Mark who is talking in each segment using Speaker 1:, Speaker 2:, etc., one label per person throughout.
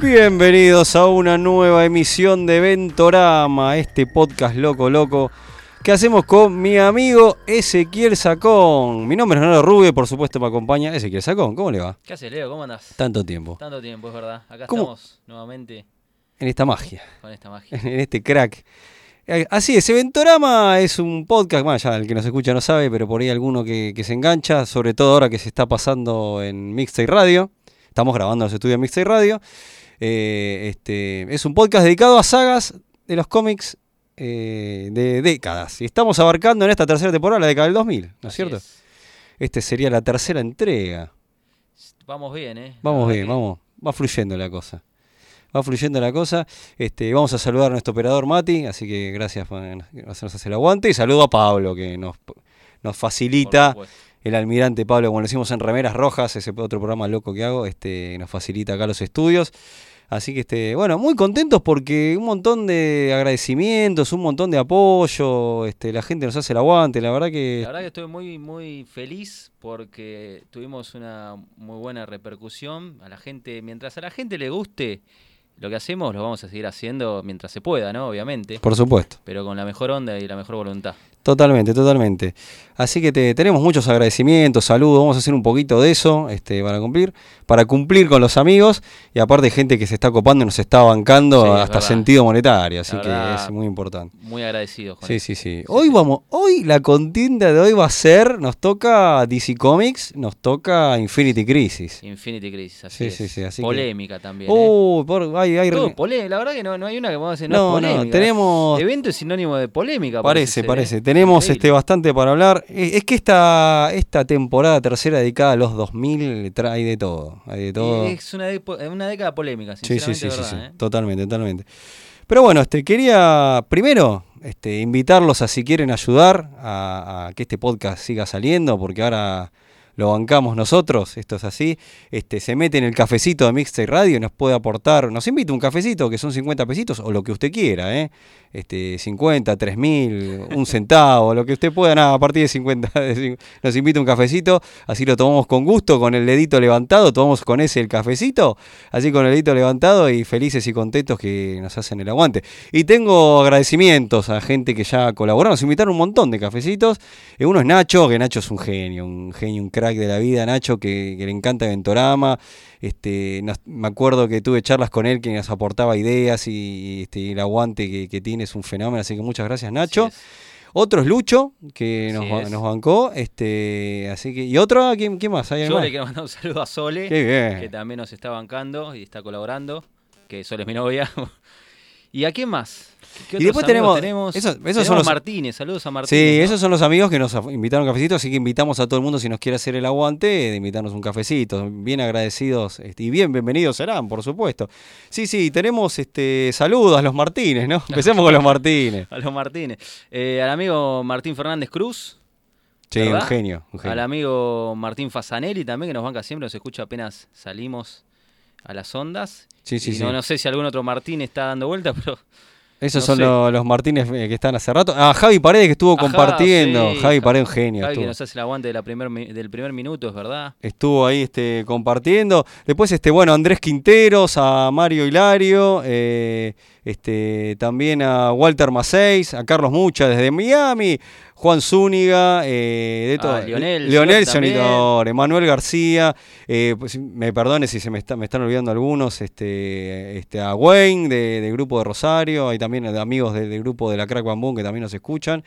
Speaker 1: Bienvenidos a una nueva emisión de Ventorama, este podcast loco loco que hacemos con mi amigo Ezequiel Sacón. Mi nombre es Leonardo Rubio, por supuesto me acompaña Ezequiel Sacón. ¿Cómo le va?
Speaker 2: ¿Qué haces, Leo? ¿Cómo andás?
Speaker 1: Tanto tiempo
Speaker 2: Tanto tiempo, es verdad. Acá
Speaker 1: ¿Cómo?
Speaker 2: estamos nuevamente
Speaker 1: en esta magia,
Speaker 2: con esta magia.
Speaker 1: en este crack. Eh, Así es, Ventorama es un podcast, más ya el que nos escucha no sabe, pero por ahí alguno que, que se engancha, sobre todo ahora que se está pasando en Mixtape Radio. Estamos grabando en los estudios de Mixtape Radio. Eh, este, es un podcast dedicado a sagas de los cómics eh, de décadas. Y estamos abarcando en esta tercera temporada la década del 2000, ¿no es
Speaker 2: Así
Speaker 1: cierto? Este sería la tercera entrega.
Speaker 2: Vamos bien, ¿eh? La
Speaker 1: Vamos
Speaker 2: verdad
Speaker 1: bien,
Speaker 2: que
Speaker 1: vamos. Va fluyendo la cosa. Va fluyendo la cosa. Este, vamos a saludar a nuestro operador Mati, así que gracias por hacernos hacer el aguante. Y saludo a Pablo, que nos, nos
Speaker 2: por
Speaker 1: facilita,
Speaker 2: supuesto.
Speaker 1: el almirante Pablo, como lo decimos en Remeras Rojas, ese otro programa loco que hago, este, nos facilita acá los estudios. Así que, este, bueno, muy contentos porque un montón de agradecimientos, un montón de apoyo, este, la gente nos hace el aguante, la verdad que...
Speaker 2: La verdad que estoy muy, muy feliz porque tuvimos una muy buena repercusión. A la gente, mientras a la gente le guste lo que hacemos, lo vamos a seguir haciendo mientras se pueda, ¿no? Obviamente.
Speaker 1: Por supuesto.
Speaker 2: Pero con la mejor onda y la mejor voluntad.
Speaker 1: Totalmente, totalmente. Así que te- tenemos muchos agradecimientos, saludos, vamos a hacer un poquito de eso este, para cumplir, para cumplir con los amigos y aparte gente que se está copando y nos está bancando
Speaker 2: Sí, es
Speaker 1: hasta
Speaker 2: verdad.
Speaker 1: sentido monetario, así
Speaker 2: La
Speaker 1: que
Speaker 2: verdad.
Speaker 1: es muy importante.
Speaker 2: Muy agradecidos con
Speaker 1: Sí,
Speaker 2: eso.
Speaker 1: sí, sí. Hoy vamos, hoy la contienda de hoy va a ser, nos toca DC Comics, nos toca Infinity Crisis.
Speaker 2: Infinity Crisis, así
Speaker 1: Sí,
Speaker 2: es.
Speaker 1: sí, sí, así que-
Speaker 2: Polémica también. ¿eh?
Speaker 1: Oh, por- ay, ay,
Speaker 2: Todo
Speaker 1: re-
Speaker 2: polé- La verdad que no, no hay una que vamos a decir no,
Speaker 1: no,
Speaker 2: es
Speaker 1: no,
Speaker 2: polémica.
Speaker 1: tenemos
Speaker 2: Evento es sinónimo de polémica.
Speaker 1: Parece,
Speaker 2: ser,
Speaker 1: parece.
Speaker 2: ¿eh?
Speaker 1: Tenemos este,
Speaker 2: Increíble.
Speaker 1: bastante para hablar. Eh, Es que esta, esta temporada tercera dedicada a los 2000 trae de todo. Hay de todo.
Speaker 2: Es una, depo- eh, una década polémica,
Speaker 1: Sí, sí,
Speaker 2: sinceramente.
Speaker 1: sí, sí,
Speaker 2: verdad,
Speaker 1: sí.
Speaker 2: ¿eh?
Speaker 1: Totalmente, totalmente. Pero bueno, este, quería primero este, invitarlos a si quieren ayudar a, a que este podcast siga saliendo, porque ahora lo bancamos nosotros, esto es así. Este, se mete en el cafecito de Mixtape Radio y nos puede aportar, nos invita un cafecito que son 50 pesitos o lo que usted quiera, ¿eh? Este, 50, 3000, un centavo, lo que usted pueda, nada, a partir de 50, de cin- nos invita un cafecito, así lo tomamos con gusto, con el dedito levantado, tomamos con ese el cafecito, así con el dedito levantado y felices y contentos que nos hacen el aguante. Y tengo agradecimientos a gente que ya colaboró, nos invitaron un montón de cafecitos. Eh, uno es Nacho, que Nacho es un genio, un genio, un crack de la vida, Nacho, que, que le encanta Ventorama. Este, nos- me acuerdo que tuve charlas con él que nos aportaba ideas y, y, este, el aguante que, que tiene es un fenómeno, así que muchas gracias Nacho.
Speaker 2: Así es.
Speaker 1: Otro es Lucho, que
Speaker 2: Así
Speaker 1: nos, ba-
Speaker 2: es.
Speaker 1: nos bancó. Este, así que, ¿Y otro? ¿Quién, quién más? ¿Hay alguien
Speaker 2: Yo le
Speaker 1: más?
Speaker 2: quiero mandar un saludo a Sole,
Speaker 1: Qué bien.
Speaker 2: que también nos está bancando y está colaborando. Que Sole es mi novia. ¿Y a quién más?
Speaker 1: Y
Speaker 2: ¿Qué otros
Speaker 1: después tenemos-
Speaker 2: amigos tenemos,
Speaker 1: esos- esos
Speaker 2: Tenemos
Speaker 1: son los-
Speaker 2: Martínez, saludos a Martínez.
Speaker 1: Sí,
Speaker 2: ¿no?
Speaker 1: esos son los amigos que nos af- invitaron a un cafecito, así que invitamos a todo el mundo si nos quiere hacer el aguante de invitarnos un cafecito. Bien agradecidos este, y bien bienvenidos serán, por supuesto. Sí, sí, tenemos este, saludos a los Martínez, ¿no? Empecemos con los Martínez.
Speaker 2: A los Martínez. Eh, al amigo Martín Fernández Cruz.
Speaker 1: Sí, un
Speaker 2: ¿Verdad?
Speaker 1: genio, un genio.
Speaker 2: Al amigo Martín Fasanelli también, que nos banca siempre, nos escucha apenas salimos a las ondas.
Speaker 1: Sí, sí,
Speaker 2: Y no,
Speaker 1: sí.
Speaker 2: no sé si algún otro Martín está dando vuelta, pero
Speaker 1: Esos
Speaker 2: no
Speaker 1: son
Speaker 2: sé.
Speaker 1: lo- los Martínez eh, que están hace rato. A Javi Paredes que estuvo
Speaker 2: Ajá,
Speaker 1: compartiendo.
Speaker 2: sí,
Speaker 1: Javi
Speaker 2: Ja-
Speaker 1: Paredes, un genio.
Speaker 2: Javi que
Speaker 1: estuvo.
Speaker 2: nos hace el aguante de la primer mi- del primer minuto, es verdad.
Speaker 1: estuvo ahí este, compartiendo. Después, este, bueno, Andrés Quinteros, a Mario Hilario, eh, este, también a Walter Maceis, a Carlos Mucha desde Miami, Juan Zúñiga, eh, de
Speaker 2: Ah,
Speaker 1: todo.
Speaker 2: Lionel
Speaker 1: Lionel
Speaker 2: Sciol también.
Speaker 1: Sonidor, Emanuel García, eh, pues, me perdone si se me, está- me están olvidando algunos, este, este, a Wayne de, de Grupo de Rosario, hay también amigos del del grupo de la Crack Bamboo que también nos escuchan.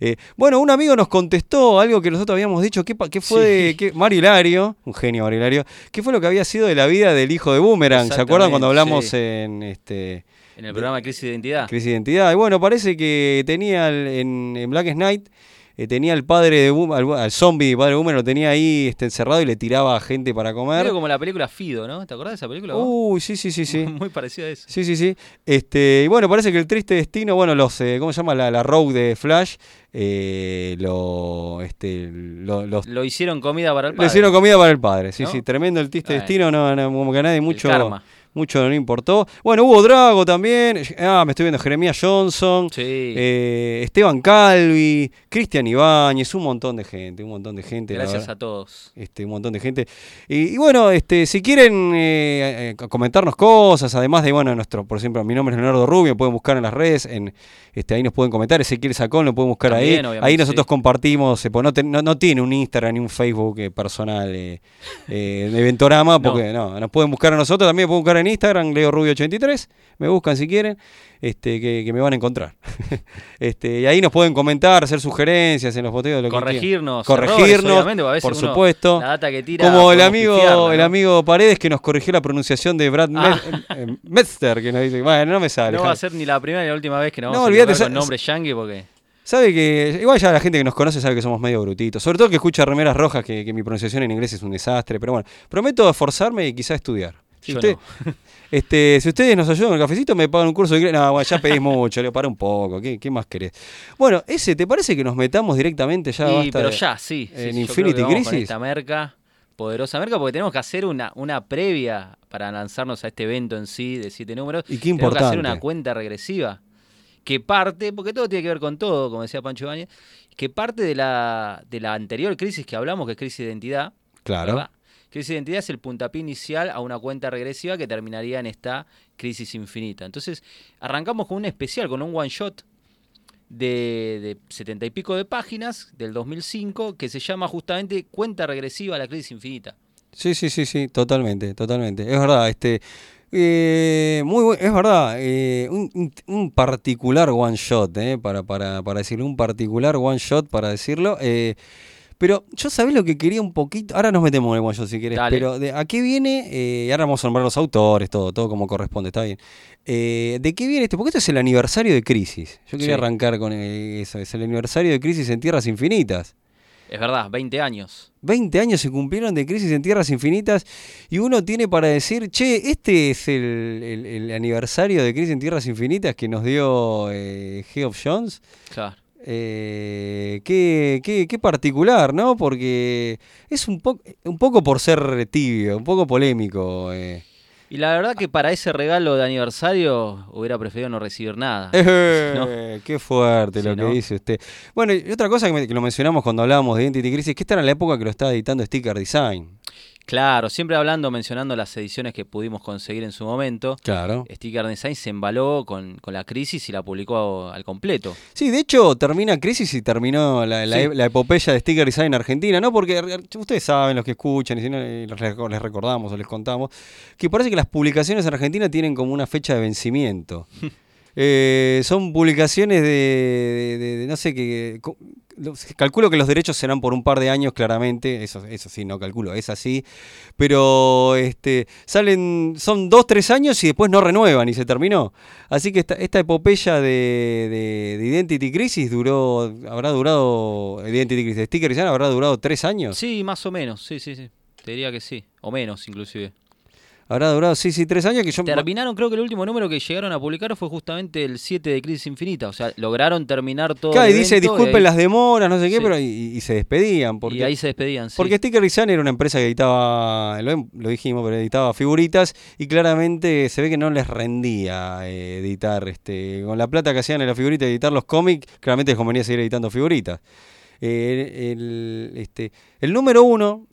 Speaker 1: Eh, bueno, un amigo nos contestó algo que nosotros habíamos dicho. ¿Qué, pa- qué fue
Speaker 2: Sí.
Speaker 1: de qué- Mario Hilario, un genio Mario Hilario, ¿Qué fue lo que había sido de la vida del hijo de Boomerang? ¿Se acuerdan cuando
Speaker 2: Exactamente,
Speaker 1: hablamos
Speaker 2: sí.
Speaker 1: en este,
Speaker 2: En el programa Crisis de Identidad.
Speaker 1: Crisis de Identidad? Y bueno, parece que tenía el- en, en Black Knight. eh, tenía el padre de Boom- al, al zombie padre de Boomerang, lo tenía ahí este, encerrado y le tiraba a gente para comer.
Speaker 2: Medio como la película Fido, ¿no? ¿Te acordás de esa película? vos?
Speaker 1: Uy, sí, sí, Uh, sí, sí.
Speaker 2: Muy parecida a eso.
Speaker 1: Sí, sí, sí. Este, y bueno, parece que el triste destino, bueno, los, eh, ¿cómo se llama? La, la Rogue de Flash, eh, lo, este, lo- los-
Speaker 2: Lo hicieron comida para el
Speaker 1: le
Speaker 2: padre.
Speaker 1: hicieron comida para el padre. Sí,
Speaker 2: ¿No?
Speaker 1: sí, tremendo el triste
Speaker 2: Ay.
Speaker 1: destino, no, no, como que nadie
Speaker 2: El
Speaker 1: mucho,
Speaker 2: karma.
Speaker 1: mucho no importó. Bueno, hubo Drago también. Ah, me estoy viendo Jeremías Johnson,
Speaker 2: Sí.
Speaker 1: eh, Esteban Calvi, Cristian Ibáñez, un montón de gente, un montón de gente. la
Speaker 2: Gracias
Speaker 1: verdad.
Speaker 2: a todos.
Speaker 1: Este, un montón de gente. Y, y bueno, este, si quieren eh, eh, co- comentarnos cosas, además de, bueno, nuestro, por ejemplo, mi nombre es Leonardo Rubio, pueden buscar en las redes, en, este, ahí nos pueden comentar, Ezequiel Sacón lo pueden buscar
Speaker 2: También,
Speaker 1: ahí.
Speaker 2: obviamente,
Speaker 1: Ahí nosotros
Speaker 2: sí.
Speaker 1: compartimos, eh, pues no, ten- no, no tiene un Instagram ni un Facebook eh, personal eh, eh, de Ventorama, porque no. nos pueden buscar a nosotros, también pueden buscar en Instagram, Leo Rubio83, me buscan si quieren, este, que, que me van a encontrar. este, y ahí nos pueden comentar, hacer sugerencias en los boteos, lo que quieran.
Speaker 2: Corregirnos. errores,
Speaker 1: Corregirnos,
Speaker 2: obviamente, porque a veces
Speaker 1: por
Speaker 2: uno-
Speaker 1: supuesto.
Speaker 2: La data que tira.
Speaker 1: Como el
Speaker 2: podemos
Speaker 1: amigo,
Speaker 2: pifiarla,
Speaker 1: el
Speaker 2: ¿no?
Speaker 1: amigo Paredes que nos corrigió la pronunciación de Brad
Speaker 2: Ah.
Speaker 1: Met- eh, eh, Metzer, que nos dice, bueno, no me sale.
Speaker 2: No va a
Speaker 1: Javi".
Speaker 2: ser ni la primera ni la última vez que nos
Speaker 1: No,
Speaker 2: vamos a
Speaker 1: olvídate,
Speaker 2: equivocar
Speaker 1: sa-
Speaker 2: con nombre Yankee porque.
Speaker 1: Sabe que, igual ya la gente que nos conoce sabe que somos medio brutitos, sobre todo el que escucha remeras rojas, que, que mi pronunciación en inglés es un desastre, pero bueno, prometo esforzarme y quizá estudiar. Si,
Speaker 2: Yo
Speaker 1: usted- este, si ustedes nos ayudan con el cafecito, me pagan un curso de inglés. No, bueno, ya pedís mucho, le para un poco, ¿qué, qué más querés? Bueno, ese, ¿te parece que nos metamos directamente ya?
Speaker 2: Y,
Speaker 1: basta
Speaker 2: pero
Speaker 1: de-
Speaker 2: ya, sí. sí,
Speaker 1: en
Speaker 2: sí, yo creo
Speaker 1: Infinity
Speaker 2: que vamos con
Speaker 1: Crisis.
Speaker 2: esta merca, poderosa merca, porque tenemos que hacer una, una previa para lanzarnos a este evento en sí de siete números.
Speaker 1: Y qué
Speaker 2: Tenemos que hacer
Speaker 1: importante.
Speaker 2: una cuenta regresiva que parte, porque todo tiene que ver con todo, como decía Pancho Ibáñez, que parte de la, de la anterior crisis que hablamos, que es crisis de identidad.
Speaker 1: Claro.
Speaker 2: ¿verdad? Crisis de identidad es el puntapié inicial a una cuenta regresiva que terminaría en esta crisis infinita. Entonces, arrancamos con un especial, con un one shot de setenta y pico de páginas del 2005 que se llama justamente Cuenta regresiva a la crisis infinita.
Speaker 1: Sí, sí, sí, sí, totalmente, totalmente. Es verdad, este. eh, muy buen- es verdad, eh, un, un- un particular one shot, eh, para, para, para decirlo, un particular one shot para decirlo. eh, pero yo sabés lo que quería un poquito. Ahora nos metemos en el one shot si querés,
Speaker 2: Dale.
Speaker 1: pero de, ¿a qué viene? Eh, ahora vamos a nombrar los autores, todo, todo como corresponde, está bien. Eh, ¿De qué viene esto? Porque esto es el aniversario de Crisis. Yo quería
Speaker 2: Sí.
Speaker 1: arrancar con eh, eso, es el aniversario de Crisis en Tierras Infinitas.
Speaker 2: Es verdad, 20 años.
Speaker 1: 20 años se cumplieron de Crisis en Tierras Infinitas y uno tiene para decir, che, este es el, el- el aniversario de Crisis en Tierras Infinitas que nos dio eh, Geoff Jones.
Speaker 2: Claro.
Speaker 1: Eh, qué, qué- qué particular, ¿no? Porque es un, poco un poco por ser tibio, un poco polémico. eh.
Speaker 2: Y la verdad que para ese regalo de aniversario hubiera preferido no recibir nada.
Speaker 1: Eh, Qué fuerte
Speaker 2: Ah, Sí,
Speaker 1: lo que
Speaker 2: ¿no?
Speaker 1: dice usted. Bueno, y otra cosa que, me- que lo mencionamos cuando hablábamos de Identity Crisis, que esta era la época que lo estaba editando Sticker Design.
Speaker 2: Claro, siempre hablando, mencionando las ediciones que pudimos conseguir en su momento.
Speaker 1: Claro.
Speaker 2: Sticker Design se embaló con, con la crisis y la publicó al completo.
Speaker 1: Sí, de hecho termina Crisis y terminó la, la-
Speaker 2: Sí.
Speaker 1: la epopeya de Sticker Design en Argentina, ¿no? Porque re- ustedes saben, los que escuchan, y si no, eh, les reco- les recordamos o les contamos, que parece que las publicaciones en Argentina tienen como una fecha de vencimiento. Eh, son publicaciones de, de- de- de- no sé qué... co- los- Calculo que los derechos serán por un par de años, claramente. Eso, eso sí, no calculo, es así. Pero este, salen, son dos, tres años y después no renuevan y se terminó. Así que esta, esta epopeya de, de- de Identity Crisis duró, habrá durado, Identity Crisis, de Sticker Design habrá durado tres años.
Speaker 2: Sí, más o menos, sí, sí, sí. Te diría que sí, o menos inclusive.
Speaker 1: Habrá durado, sí, sí, tres años que yo...
Speaker 2: Terminaron, creo que el último número que llegaron a publicar fue justamente el 7 de Crisis Infinita, o sea, lograron terminar todo.
Speaker 1: Claro, y
Speaker 2: el
Speaker 1: dice,
Speaker 2: evento
Speaker 1: disculpen
Speaker 2: y ahí-
Speaker 1: las demoras, no sé qué,
Speaker 2: Sí.
Speaker 1: pero y, y se despedían. Porque
Speaker 2: Y ahí se despedían, sí.
Speaker 1: Porque Sticker Design era una empresa que editaba, lo, lo dijimos, pero editaba figuritas y claramente se ve que no les rendía eh, editar, este, con la plata que hacían en la figurita de editar los cómics, claramente les convenía seguir editando figuritas. Eh, el, este, el número uno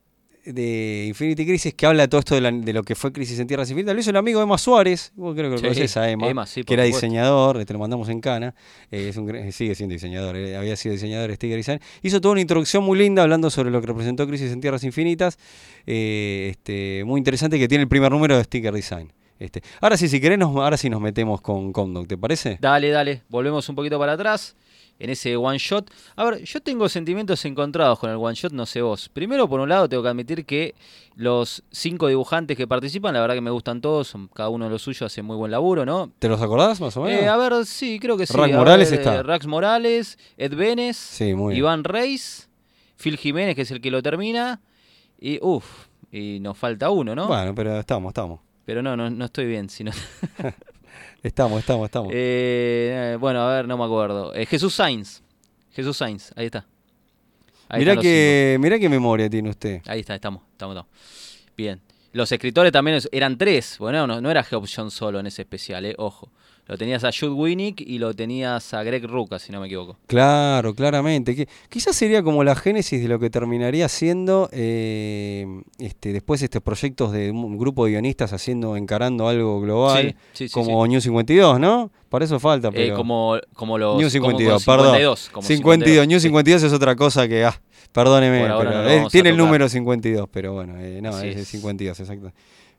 Speaker 1: de Infinity Crisis que habla de todo esto de, la- de lo que fue Crisis en Tierras Infinitas, lo hizo el amigo Emma Suárez, vos creo que lo
Speaker 2: Sí,
Speaker 1: conocés a Emma,
Speaker 2: Emma, sí, por
Speaker 1: que era
Speaker 2: supuesto.
Speaker 1: diseñador, te lo mandamos en cana, eh, es un gran- sigue siendo diseñador, eh, había sido diseñador de Sticker Design. Hizo toda una introducción muy linda hablando sobre lo que representó Crisis en Tierras Infinitas, eh, este, muy interesante que tiene el primer número de Sticker Design. Este. Ahora sí, si querés, nos, ahora sí nos metemos con Conduct, ¿te parece?
Speaker 2: Dale, dale, volvemos un poquito para atrás en ese one shot. A ver, yo tengo sentimientos encontrados con el one shot, no sé vos. Primero, por un lado, tengo que admitir que los cinco dibujantes que participan, la verdad que me gustan todos, son- cada uno de los suyos hace muy buen laburo, ¿no?
Speaker 1: ¿Te los acordás más o menos?
Speaker 2: Eh, a ver, sí, creo que sí.
Speaker 1: Rax
Speaker 2: A
Speaker 1: Morales
Speaker 2: ver,
Speaker 1: está.
Speaker 2: eh, Rax Morales, Ed Benes,
Speaker 1: Sí, muy bien.
Speaker 2: Iván Reis, Phil Jiménez, que es el que lo termina. Y uff, y nos falta uno, ¿no?
Speaker 1: Bueno, pero estamos, estamos.
Speaker 2: Pero no, no, no estoy bien. Sino,
Speaker 1: Estamos, estamos, estamos.
Speaker 2: Eh, eh, bueno, a ver, no me acuerdo. Eh, Jesús Sainz. Jesús Sainz, ahí está. Ahí
Speaker 1: mirá,
Speaker 2: están los
Speaker 1: que, mirá qué memoria tiene usted.
Speaker 2: cinco. Ahí está, estamos, estamos, estamos. Bien. Los escritores también es- eran tres. Bueno, no, no era Geoff John solo en ese especial, eh, ojo. Lo tenías a Jude Winnick y lo tenías a Greg Rucka, si no me equivoco.
Speaker 1: Claro, claramente. Que, quizás sería como la génesis de lo que terminaría siendo eh, este, después estos proyectos de un grupo de guionistas haciendo, encarando algo global,
Speaker 2: Sí, sí, sí,
Speaker 1: como New 52, ¿no? Para eso falta,
Speaker 2: Eh,
Speaker 1: pero...
Speaker 2: como, como los.
Speaker 1: New
Speaker 2: como
Speaker 1: 52,
Speaker 2: con
Speaker 1: perdón.
Speaker 2: 52, como
Speaker 1: 52, New
Speaker 2: sí.
Speaker 1: 52 es otra cosa que, ah, perdóneme,
Speaker 2: Por ahora
Speaker 1: pero
Speaker 2: no lo
Speaker 1: él
Speaker 2: vamos a
Speaker 1: tiene el
Speaker 2: tocar.
Speaker 1: número 52, pero bueno, eh, no,
Speaker 2: Así
Speaker 1: es el
Speaker 2: es.
Speaker 1: 52, exacto.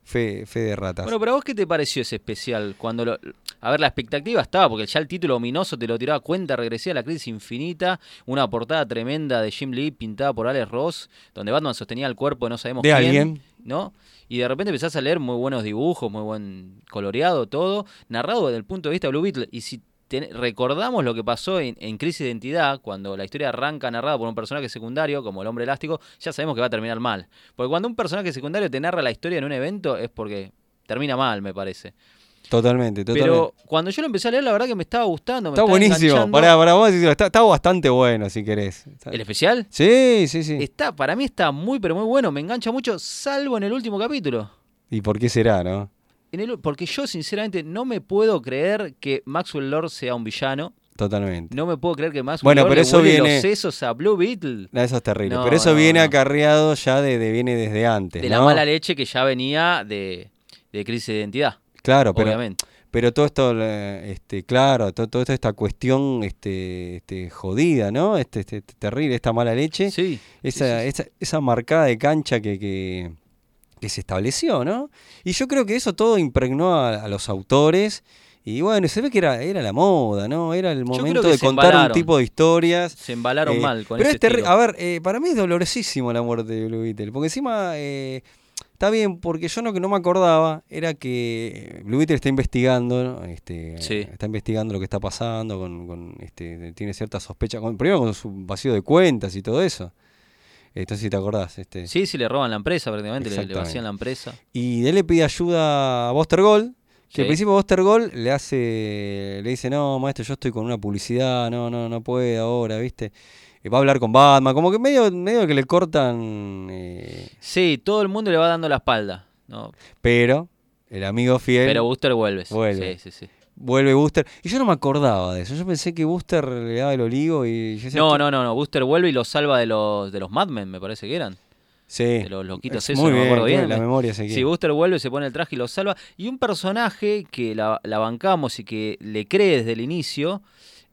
Speaker 1: Fe, fe de ratas.
Speaker 2: Bueno, pero a vos qué te pareció ese especial? Cuando lo- a ver, la expectativa estaba, porque ya el título ominoso te lo tiraba cuenta regresiva a la crisis infinita, una portada tremenda de Jim Lee pintada por Alex Ross, donde Batman sostenía el cuerpo de no sabemos
Speaker 1: De
Speaker 2: quién,
Speaker 1: alguien.
Speaker 2: ¿no? Y de repente empezás a leer muy buenos dibujos, muy buen coloreado, todo, narrado desde el punto de vista de Blue Beetle. Y si ten- recordamos lo que pasó en, en Crisis de Identidad, cuando la historia arranca narrada por un personaje secundario, como el hombre elástico, ya sabemos que va a terminar mal. Porque cuando un personaje secundario te narra la historia en un evento es porque termina mal, me parece.
Speaker 1: totalmente, totalmente.
Speaker 2: Pero cuando yo lo empecé a leer, la verdad que me estaba gustando. Me
Speaker 1: está
Speaker 2: estaba
Speaker 1: buenísimo,
Speaker 2: enganchando.
Speaker 1: para, para vos decirlo, está, está bastante bueno si querés. Está-
Speaker 2: ¿El especial?
Speaker 1: Sí, sí, sí.
Speaker 2: Está, para mí está muy, pero muy bueno. Me engancha mucho, salvo en el último capítulo.
Speaker 1: ¿Y por qué será, no?
Speaker 2: En el- porque yo, sinceramente, no me puedo creer que Maxwell Lord sea un villano.
Speaker 1: Totalmente.
Speaker 2: No me puedo creer que Maxwell
Speaker 1: Bueno,
Speaker 2: Lord
Speaker 1: pero
Speaker 2: le
Speaker 1: eso
Speaker 2: huele
Speaker 1: viene-
Speaker 2: los sesos a Blue Beetle.
Speaker 1: No, Eso es terrible.
Speaker 2: No,
Speaker 1: Pero eso
Speaker 2: no,
Speaker 1: viene
Speaker 2: no.
Speaker 1: acarreado ya de, de- viene desde antes.
Speaker 2: De la
Speaker 1: ¿no?
Speaker 2: mala leche que ya venía de, de crisis de identidad,
Speaker 1: Claro, pero,
Speaker 2: obviamente.
Speaker 1: pero todo esto, eh, este, claro, to- toda esta cuestión este, este, jodida, ¿no? Este, este, este, terrible, esta mala leche.
Speaker 2: Sí.
Speaker 1: esa,
Speaker 2: sí, sí.
Speaker 1: Esa, esa marcada de cancha que, que- que se estableció, ¿no? Y yo creo que eso todo impregnó a, a los autores. Y bueno, se ve que era, era la moda, ¿no? Era el
Speaker 2: creo
Speaker 1: momento
Speaker 2: que
Speaker 1: de
Speaker 2: se
Speaker 1: contar un
Speaker 2: embalaron.
Speaker 1: tipo de historias.
Speaker 2: Se embalaron
Speaker 1: Eh,
Speaker 2: mal con
Speaker 1: pero
Speaker 2: ese
Speaker 1: es terri-
Speaker 2: estilo.
Speaker 1: A ver, eh, para mí es dolorosísimo la muerte de Blue Beetle. Porque encima eh, está bien, porque yo lo que no me acordaba era que Blue Beetle está investigando, ¿no? este,
Speaker 2: Sí.
Speaker 1: está investigando lo que está pasando, con, con, este, tiene cierta sospecha, con- primero con su vacío de cuentas y todo eso. Entonces, si te acordás, este.
Speaker 2: Sí, sí, le roban la empresa prácticamente, le- le,
Speaker 1: Exactamente.
Speaker 2: vacían la empresa.
Speaker 1: Y él le pide ayuda a Buster Gold. Que al
Speaker 2: Sí.
Speaker 1: principio Buster Gold le hace. le dice, no, maestro, yo estoy con una publicidad, no, no, no puedo ahora, ¿viste? Eh, Va a hablar con Batman, como que medio, medio que le cortan. eh,
Speaker 2: Sí, todo el mundo le va dando la espalda. ¿no?
Speaker 1: pero el amigo fiel
Speaker 2: Pero Buster vuelve. sí,
Speaker 1: Vuelve.
Speaker 2: Sí, sí, sí.
Speaker 1: vuelve Buster. Y yo no me acordaba de eso. Yo pensé que Buster le daba el olivo y yo decía,
Speaker 2: No,
Speaker 1: "Esto-".
Speaker 2: no, no, no. Buster vuelve y lo salva de los, de los Mad Men, me parece que eran.
Speaker 1: Sí.
Speaker 2: de los loquitos,
Speaker 1: Es
Speaker 2: eso
Speaker 1: muy
Speaker 2: no me acuerdo
Speaker 1: tiene
Speaker 2: bien.
Speaker 1: La memoria se
Speaker 2: Si
Speaker 1: quiere.
Speaker 2: Buster vuelve, se pone el traje y lo salva. Y un personaje que la, la bancamos y que le cree desde el inicio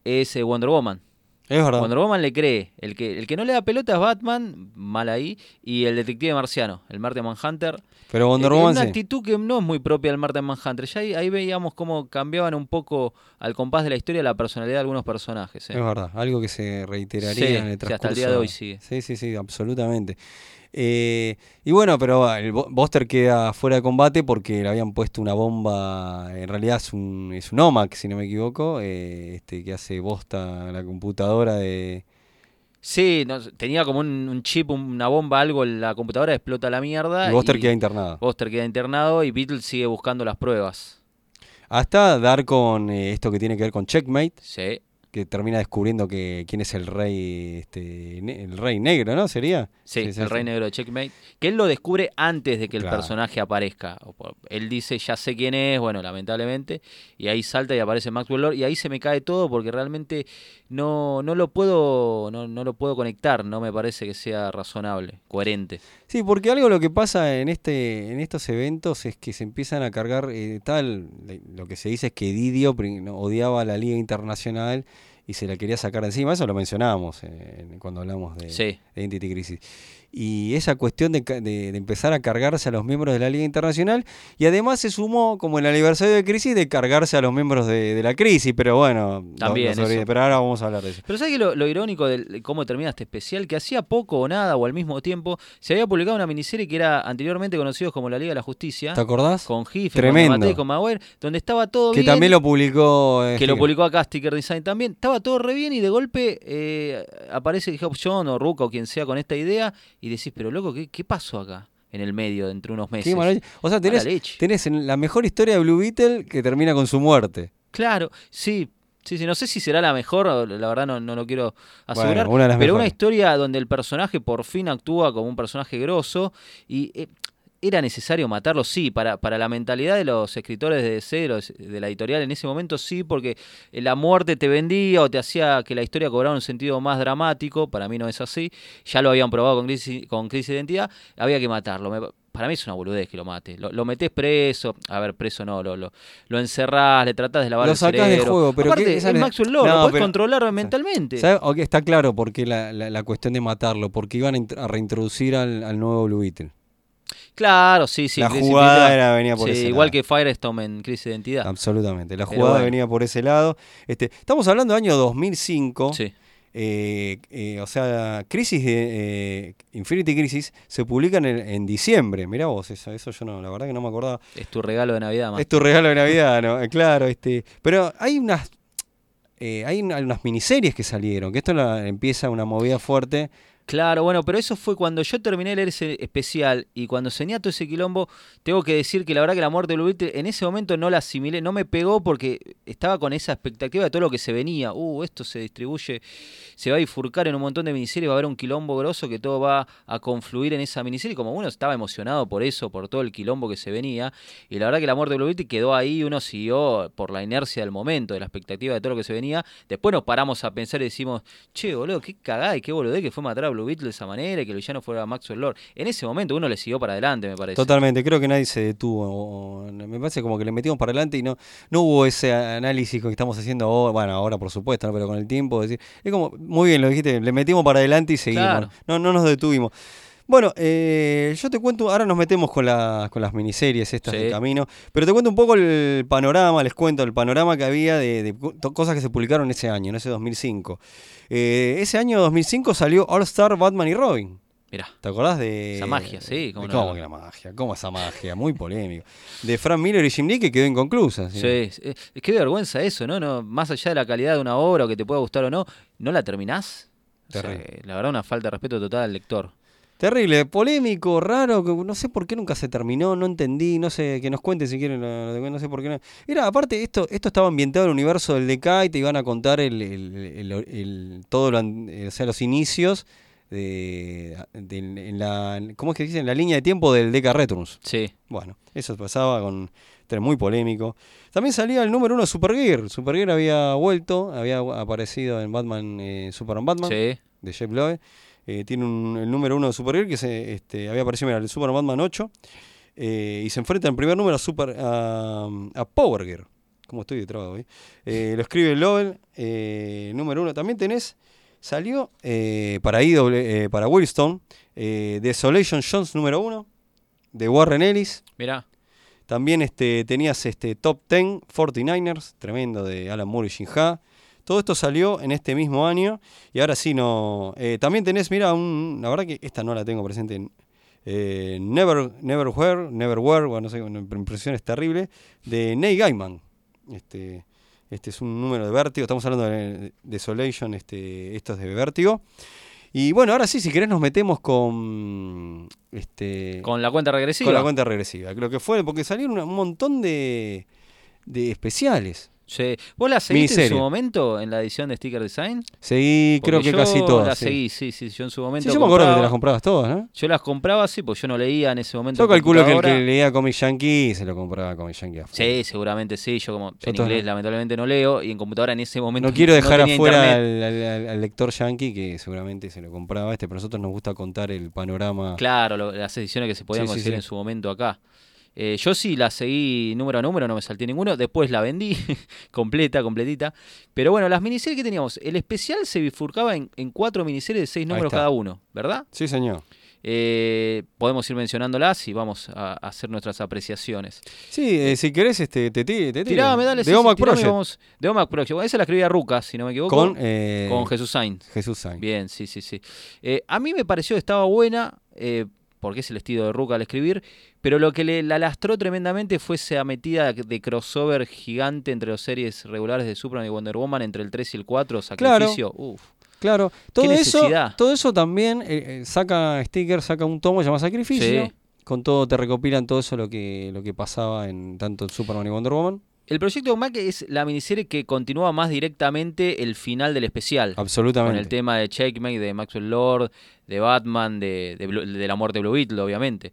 Speaker 2: es eh, Wonder Woman.
Speaker 1: Es verdad.
Speaker 2: Wonder Woman le cree. El que, el que no le da pelota es Batman, mal ahí, y el detective marciano, el Martian Manhunter.
Speaker 1: Pero Wonder
Speaker 2: Eh,
Speaker 1: Woman
Speaker 2: una
Speaker 1: sí.
Speaker 2: actitud que no es muy propia del Martian Manhunter. Ya ahí, ahí veíamos cómo cambiaban un poco al compás de la historia la personalidad de algunos personajes. eh.
Speaker 1: Es verdad, algo que se reiteraría
Speaker 2: Sí,
Speaker 1: en el
Speaker 2: sí,
Speaker 1: transcurso.
Speaker 2: hasta el día de hoy sigue.
Speaker 1: Sí, sí, sí, absolutamente. Eh, y bueno, pero ah, el Bo- Buster queda fuera de combate porque le habían puesto una bomba, en realidad es un, es un OMAC, si no me equivoco, eh, este, que hace bosta a la computadora de...
Speaker 2: Sí, no sé, tenía como un, un chip, una bomba, algo en la computadora, explota la mierda.
Speaker 1: Y Buster
Speaker 2: Ah, y
Speaker 1: queda internado.
Speaker 2: Buster queda internado y Beatles sigue buscando las pruebas.
Speaker 1: Hasta dar con eh, esto que tiene que ver con Checkmate,
Speaker 2: Sí,
Speaker 1: que termina descubriendo que quién es el rey, este, ne- el rey negro, ¿no? ¿Sería?
Speaker 2: sí,
Speaker 1: Sí, sí,
Speaker 2: el
Speaker 1: sí.
Speaker 2: Rey Negro de Checkmate. Que él lo descubre antes de que el
Speaker 1: Claro.
Speaker 2: personaje aparezca. O por- Él dice, ya sé quién es, bueno, lamentablemente. Y ahí salta y aparece Maxwell Lord. Y ahí se me cae todo porque realmente no, no, lo, puedo, no, no lo puedo conectar. No me parece que sea razonable, coherente.
Speaker 1: Sí, porque algo lo que pasa en este en estos eventos es que se empiezan a cargar eh, tal le- lo que se dice es que Didio pri- no, odiaba a la Liga Internacional y se la quería sacar de encima, eso lo mencionamos eh, en- cuando hablamos de,
Speaker 2: Sí.
Speaker 1: de Identity Crisis. Y esa cuestión de, ca- de- de empezar a cargarse a los miembros de la Liga Internacional y además se sumó como el aniversario de Crisis de cargarse a los miembros de, de la Crisis, pero bueno, no-
Speaker 2: También
Speaker 1: no se olvide,
Speaker 2: eso.
Speaker 1: pero ahora vamos a hablar de eso.
Speaker 2: Pero ¿sabes qué lo, lo irónico del- de cómo termina este especial? Que hacía poco o nada, o al mismo tiempo, se había publicado una miniserie que era anteriormente conocida como La Liga de la Justicia.
Speaker 1: ¿Te acordás?
Speaker 2: Con Giffen,
Speaker 1: Tremendo.
Speaker 2: con Matei, con Maguire, donde estaba todo
Speaker 1: que
Speaker 2: bien.
Speaker 1: también lo publicó eh,
Speaker 2: que lo
Speaker 1: Giger.
Speaker 2: publicó acá Sticker Design también. Estaba todo re bien y de golpe eh, aparece Hop John o Ruka o quien sea con esta idea y decís, pero loco, ¿qué, qué pasó acá? En el medio, entre unos meses.
Speaker 1: Qué maravilla. O sea,
Speaker 2: Mala
Speaker 1: tenés,
Speaker 2: leche.
Speaker 1: tenés en la mejor historia de Blue Beetle que termina con su muerte.
Speaker 2: Claro, sí, sí, sí. No sé si será la mejor, o la verdad no, no lo quiero
Speaker 1: Bueno,
Speaker 2: asegurar.
Speaker 1: una de las
Speaker 2: pero una
Speaker 1: mejores.
Speaker 2: historia donde el personaje por fin actúa como un personaje grosso y. eh, ¿Era necesario matarlo? Sí, para, para la mentalidad de los escritores de DC, de, los- de la editorial en ese momento, sí, porque eh, la muerte te vendía o te hacía que la historia cobrara un sentido más dramático. Para mí no es así. Ya lo habían probado con Crisis, con Crisis de Identidad. Había que matarlo. Me- para mí es una boludez que lo mate. Lo, lo metés preso. A ver, preso no. Lo, lo, lo encerrás, le tratás de lavar
Speaker 1: Lo
Speaker 2: el
Speaker 1: sacás de
Speaker 2: cerebro.
Speaker 1: juego, pero
Speaker 2: Aparte,
Speaker 1: ¿qué-
Speaker 2: es
Speaker 1: esa le-
Speaker 2: Maxwell Lord,
Speaker 1: No,
Speaker 2: lo podés
Speaker 1: pero-
Speaker 2: controlar mentalmente.
Speaker 1: ¿Sabe? Ok, está claro por qué la, la- la cuestión de matarlo, porque iban a int- a reintroducir al, al nuevo Blue Beetle.
Speaker 2: Claro, sí, sí.
Speaker 1: La
Speaker 2: Crisis de
Speaker 1: jugada
Speaker 2: Identidad.
Speaker 1: era- venía por
Speaker 2: Sí,
Speaker 1: ese
Speaker 2: Igual
Speaker 1: lado.
Speaker 2: que Firestone en Crisis de Identidad.
Speaker 1: Absolutamente. La
Speaker 2: Pero
Speaker 1: jugada
Speaker 2: bueno.
Speaker 1: venía por ese lado. Este, estamos hablando del año 2005.
Speaker 2: Sí.
Speaker 1: Eh, eh, o sea, Crisis de eh, Infinity Crisis se publica en, el- en diciembre. Mirá vos, eso, eso yo no, la verdad que no me acordaba.
Speaker 2: Es tu regalo de Navidad, más.
Speaker 1: Es tu regalo de Navidad, ¿no? Eh, Claro, este. Pero hay unas. eh, hay una- unas miniseries que salieron, que esto la- empieza una movida fuerte.
Speaker 2: Claro, bueno, pero eso fue cuando yo terminé de leer ese especial y cuando tenía todo ese quilombo, tengo que decir que la verdad que la muerte de Blue Beetle en ese momento no la asimilé, no me pegó porque estaba con esa expectativa de todo lo que se venía. Uh, esto se distribuye, se va a bifurcar en un montón de miniseries, va a haber un quilombo grosso que todo va a confluir en esa miniserie. Como uno estaba emocionado por eso, por todo el quilombo que se venía, y la verdad que la muerte de Blue Beetle quedó ahí, uno siguió por la inercia del momento, de la expectativa de todo lo que se venía. Después nos paramos a pensar y decimos, che, boludo, qué cagada y qué boludez que fue matar a Blue Beetle de esa manera y que el villano fuera Maxwell Lord. En ese momento uno le siguió para adelante, me parece.
Speaker 1: Totalmente, creo que nadie se detuvo. o- o- me parece como que le metimos para adelante y no, no hubo ese análisis que estamos haciendo ahora, bueno, ahora por supuesto, ¿no? pero con el tiempo. Es, decir, es como, muy bien, lo dijiste, le metimos para adelante y seguimos.
Speaker 2: Claro.
Speaker 1: No, no nos detuvimos. Bueno, eh, yo te cuento, ahora nos metemos con, las- con las miniseries estas
Speaker 2: Sí.
Speaker 1: del camino, pero te cuento un poco el panorama, les cuento el panorama que había de, de co- cosas que se publicaron ese año, en ese 2005. Eh, ese año 2005 salió All Star Batman y Robin.
Speaker 2: Mirá,
Speaker 1: ¿Te acordás de.
Speaker 2: Esa magia, sí,
Speaker 1: ¿Cómo,
Speaker 2: cómo
Speaker 1: de,
Speaker 2: no.
Speaker 1: ¿cómo que la magia? ¿Cómo esa magia? Muy polémico. De Frank Miller y Jim Lee que quedó inconclusa. ¿sí?
Speaker 2: sí, eh, qué vergüenza eso, ¿no? no Más allá de la calidad de una obra o que te pueda gustar o no, ¿no la terminás? O sea,
Speaker 1: Terrible.
Speaker 2: eh, la verdad, una falta de respeto total al lector.
Speaker 1: Terrible, polémico, raro, que no sé por qué nunca se terminó, no entendí, no sé, que nos cuenten si quieren, lo- lo- no sé por qué no. Era, aparte, esto, esto estaba ambientado en el universo del DK y te iban a contar el, el- el- el- todo lo an- eh, o sea, los inicios de, de- en la, ¿cómo es que dicen? La línea de tiempo del DK Returns.
Speaker 2: Sí.
Speaker 1: Bueno, eso pasaba con. Era muy polémico. También salía el número uno Supergear. Supergear había vuelto, había aparecido en Batman, eh, Superman Batman,
Speaker 2: Sí.
Speaker 1: de Jeff Loeb. Eh, tiene un- el número uno de Supergear que se, este, había aparecido en el Superman Batman 8. eh, y se enfrenta en primer número a, Super, a, a Power Gear. Como estoy de trabajo hoy. Eh, lo escribe Lowell, eh, número uno. También tenés, salió eh, para IW, eh, para Willstone, eh, Desolation Jones número uno, de Warren Ellis.
Speaker 2: Mirá.
Speaker 1: También este, tenías este, Top 10 49ers, tremendo de Alan Moore y Shin Ha. Todo esto salió en este mismo año. Y ahora sí, no. eh, también tenés, mira, un, la verdad que esta no la tengo presente. eh, Never, Neverwhere, Neverwhere, bueno, no sé, una impresión es terrible. De Ney Gaiman. Este, este es un número de vértigo. Estamos hablando de Desolation, este, esto es de vértigo. Y bueno, ahora sí, si querés, nos metemos con. Este,
Speaker 2: Con la cuenta regresiva.
Speaker 1: con la cuenta regresiva. Creo que fue porque salieron una- un montón de, de especiales.
Speaker 2: Sí. ¿Vos la seguiste en su
Speaker 1: Miniserie.
Speaker 2: momento en la edición de Sticker Design?
Speaker 1: Seguí, creo
Speaker 2: Porque
Speaker 1: que
Speaker 2: yo
Speaker 1: casi todas.
Speaker 2: La
Speaker 1: sí.
Speaker 2: seguí, sí, sí. Yo en
Speaker 1: Sí,
Speaker 2: su momento.
Speaker 1: yo me acuerdo que te las
Speaker 2: compraba-
Speaker 1: comprabas todas, ¿no?
Speaker 2: Yo las compraba, sí, porque yo no leía en ese momento.
Speaker 1: Yo calculo que el que
Speaker 2: computadora.
Speaker 1: leía Comic Yankee se lo compraba a Comic Yankee. a full.
Speaker 2: Sí, seguramente sí. Yo, como en
Speaker 1: todo
Speaker 2: inglés,
Speaker 1: no.
Speaker 2: lamentablemente no leo. Y en computadora en ese momento.
Speaker 1: No quiero dejar
Speaker 2: tenía
Speaker 1: afuera
Speaker 2: internet.
Speaker 1: al, al- al- al lector Yankee que seguramente se lo compraba este, pero a nosotros nos gusta contar el panorama.
Speaker 2: Claro, lo- las ediciones que se podían
Speaker 1: Sí, sí,
Speaker 2: conseguir
Speaker 1: sí.
Speaker 2: en su momento acá. Eh, yo sí la seguí número a número, no me salté ninguno. Después la vendí completa, completita. Pero bueno, las miniseries que teníamos. El especial se bifurcaba en, en cuatro miniseries de seis números
Speaker 1: está.
Speaker 2: cada uno, ¿verdad?
Speaker 1: Sí, señor.
Speaker 2: Eh, podemos ir mencionándolas y vamos a, a hacer nuestras apreciaciones.
Speaker 1: Sí, eh, si querés, este, te, ti- te tiro.
Speaker 2: Tirame, dale.
Speaker 1: De
Speaker 2: sí, sí,
Speaker 1: Omac
Speaker 2: tirame,
Speaker 1: Project,
Speaker 2: vamos- de Omac Project. Bueno, Esa la escribía Ruca, si no me equivoco.
Speaker 1: Con, eh,
Speaker 2: con Jesús Sainz.
Speaker 1: Jesús Sainz.
Speaker 2: Bien, sí, sí, sí. Eh, a mí me pareció que estaba buena, eh, porque es el estilo de Ruca al escribir, pero lo que le, la lastró tremendamente fue esa metida de crossover gigante entre las series regulares de Superman y Wonder Woman, entre el 3 y el 4, Sacrificio. Uf.
Speaker 1: Claro, todo eso,
Speaker 2: necesidad?
Speaker 1: todo eso también eh, eh, saca sticker, saca un tomo llamado Sacrificio.
Speaker 2: Sí.
Speaker 1: Con todo te recopilan todo eso lo que lo que pasaba en tanto en Superman y Wonder Woman.
Speaker 2: El proyecto Mac es la miniserie que continúa más directamente el final del especial. Eh, Con
Speaker 1: Absolutamente.
Speaker 2: el tema de Checkmate, de Maxwell Lord, de Batman, de, de Blue- de la muerte de Blue Beetle, obviamente.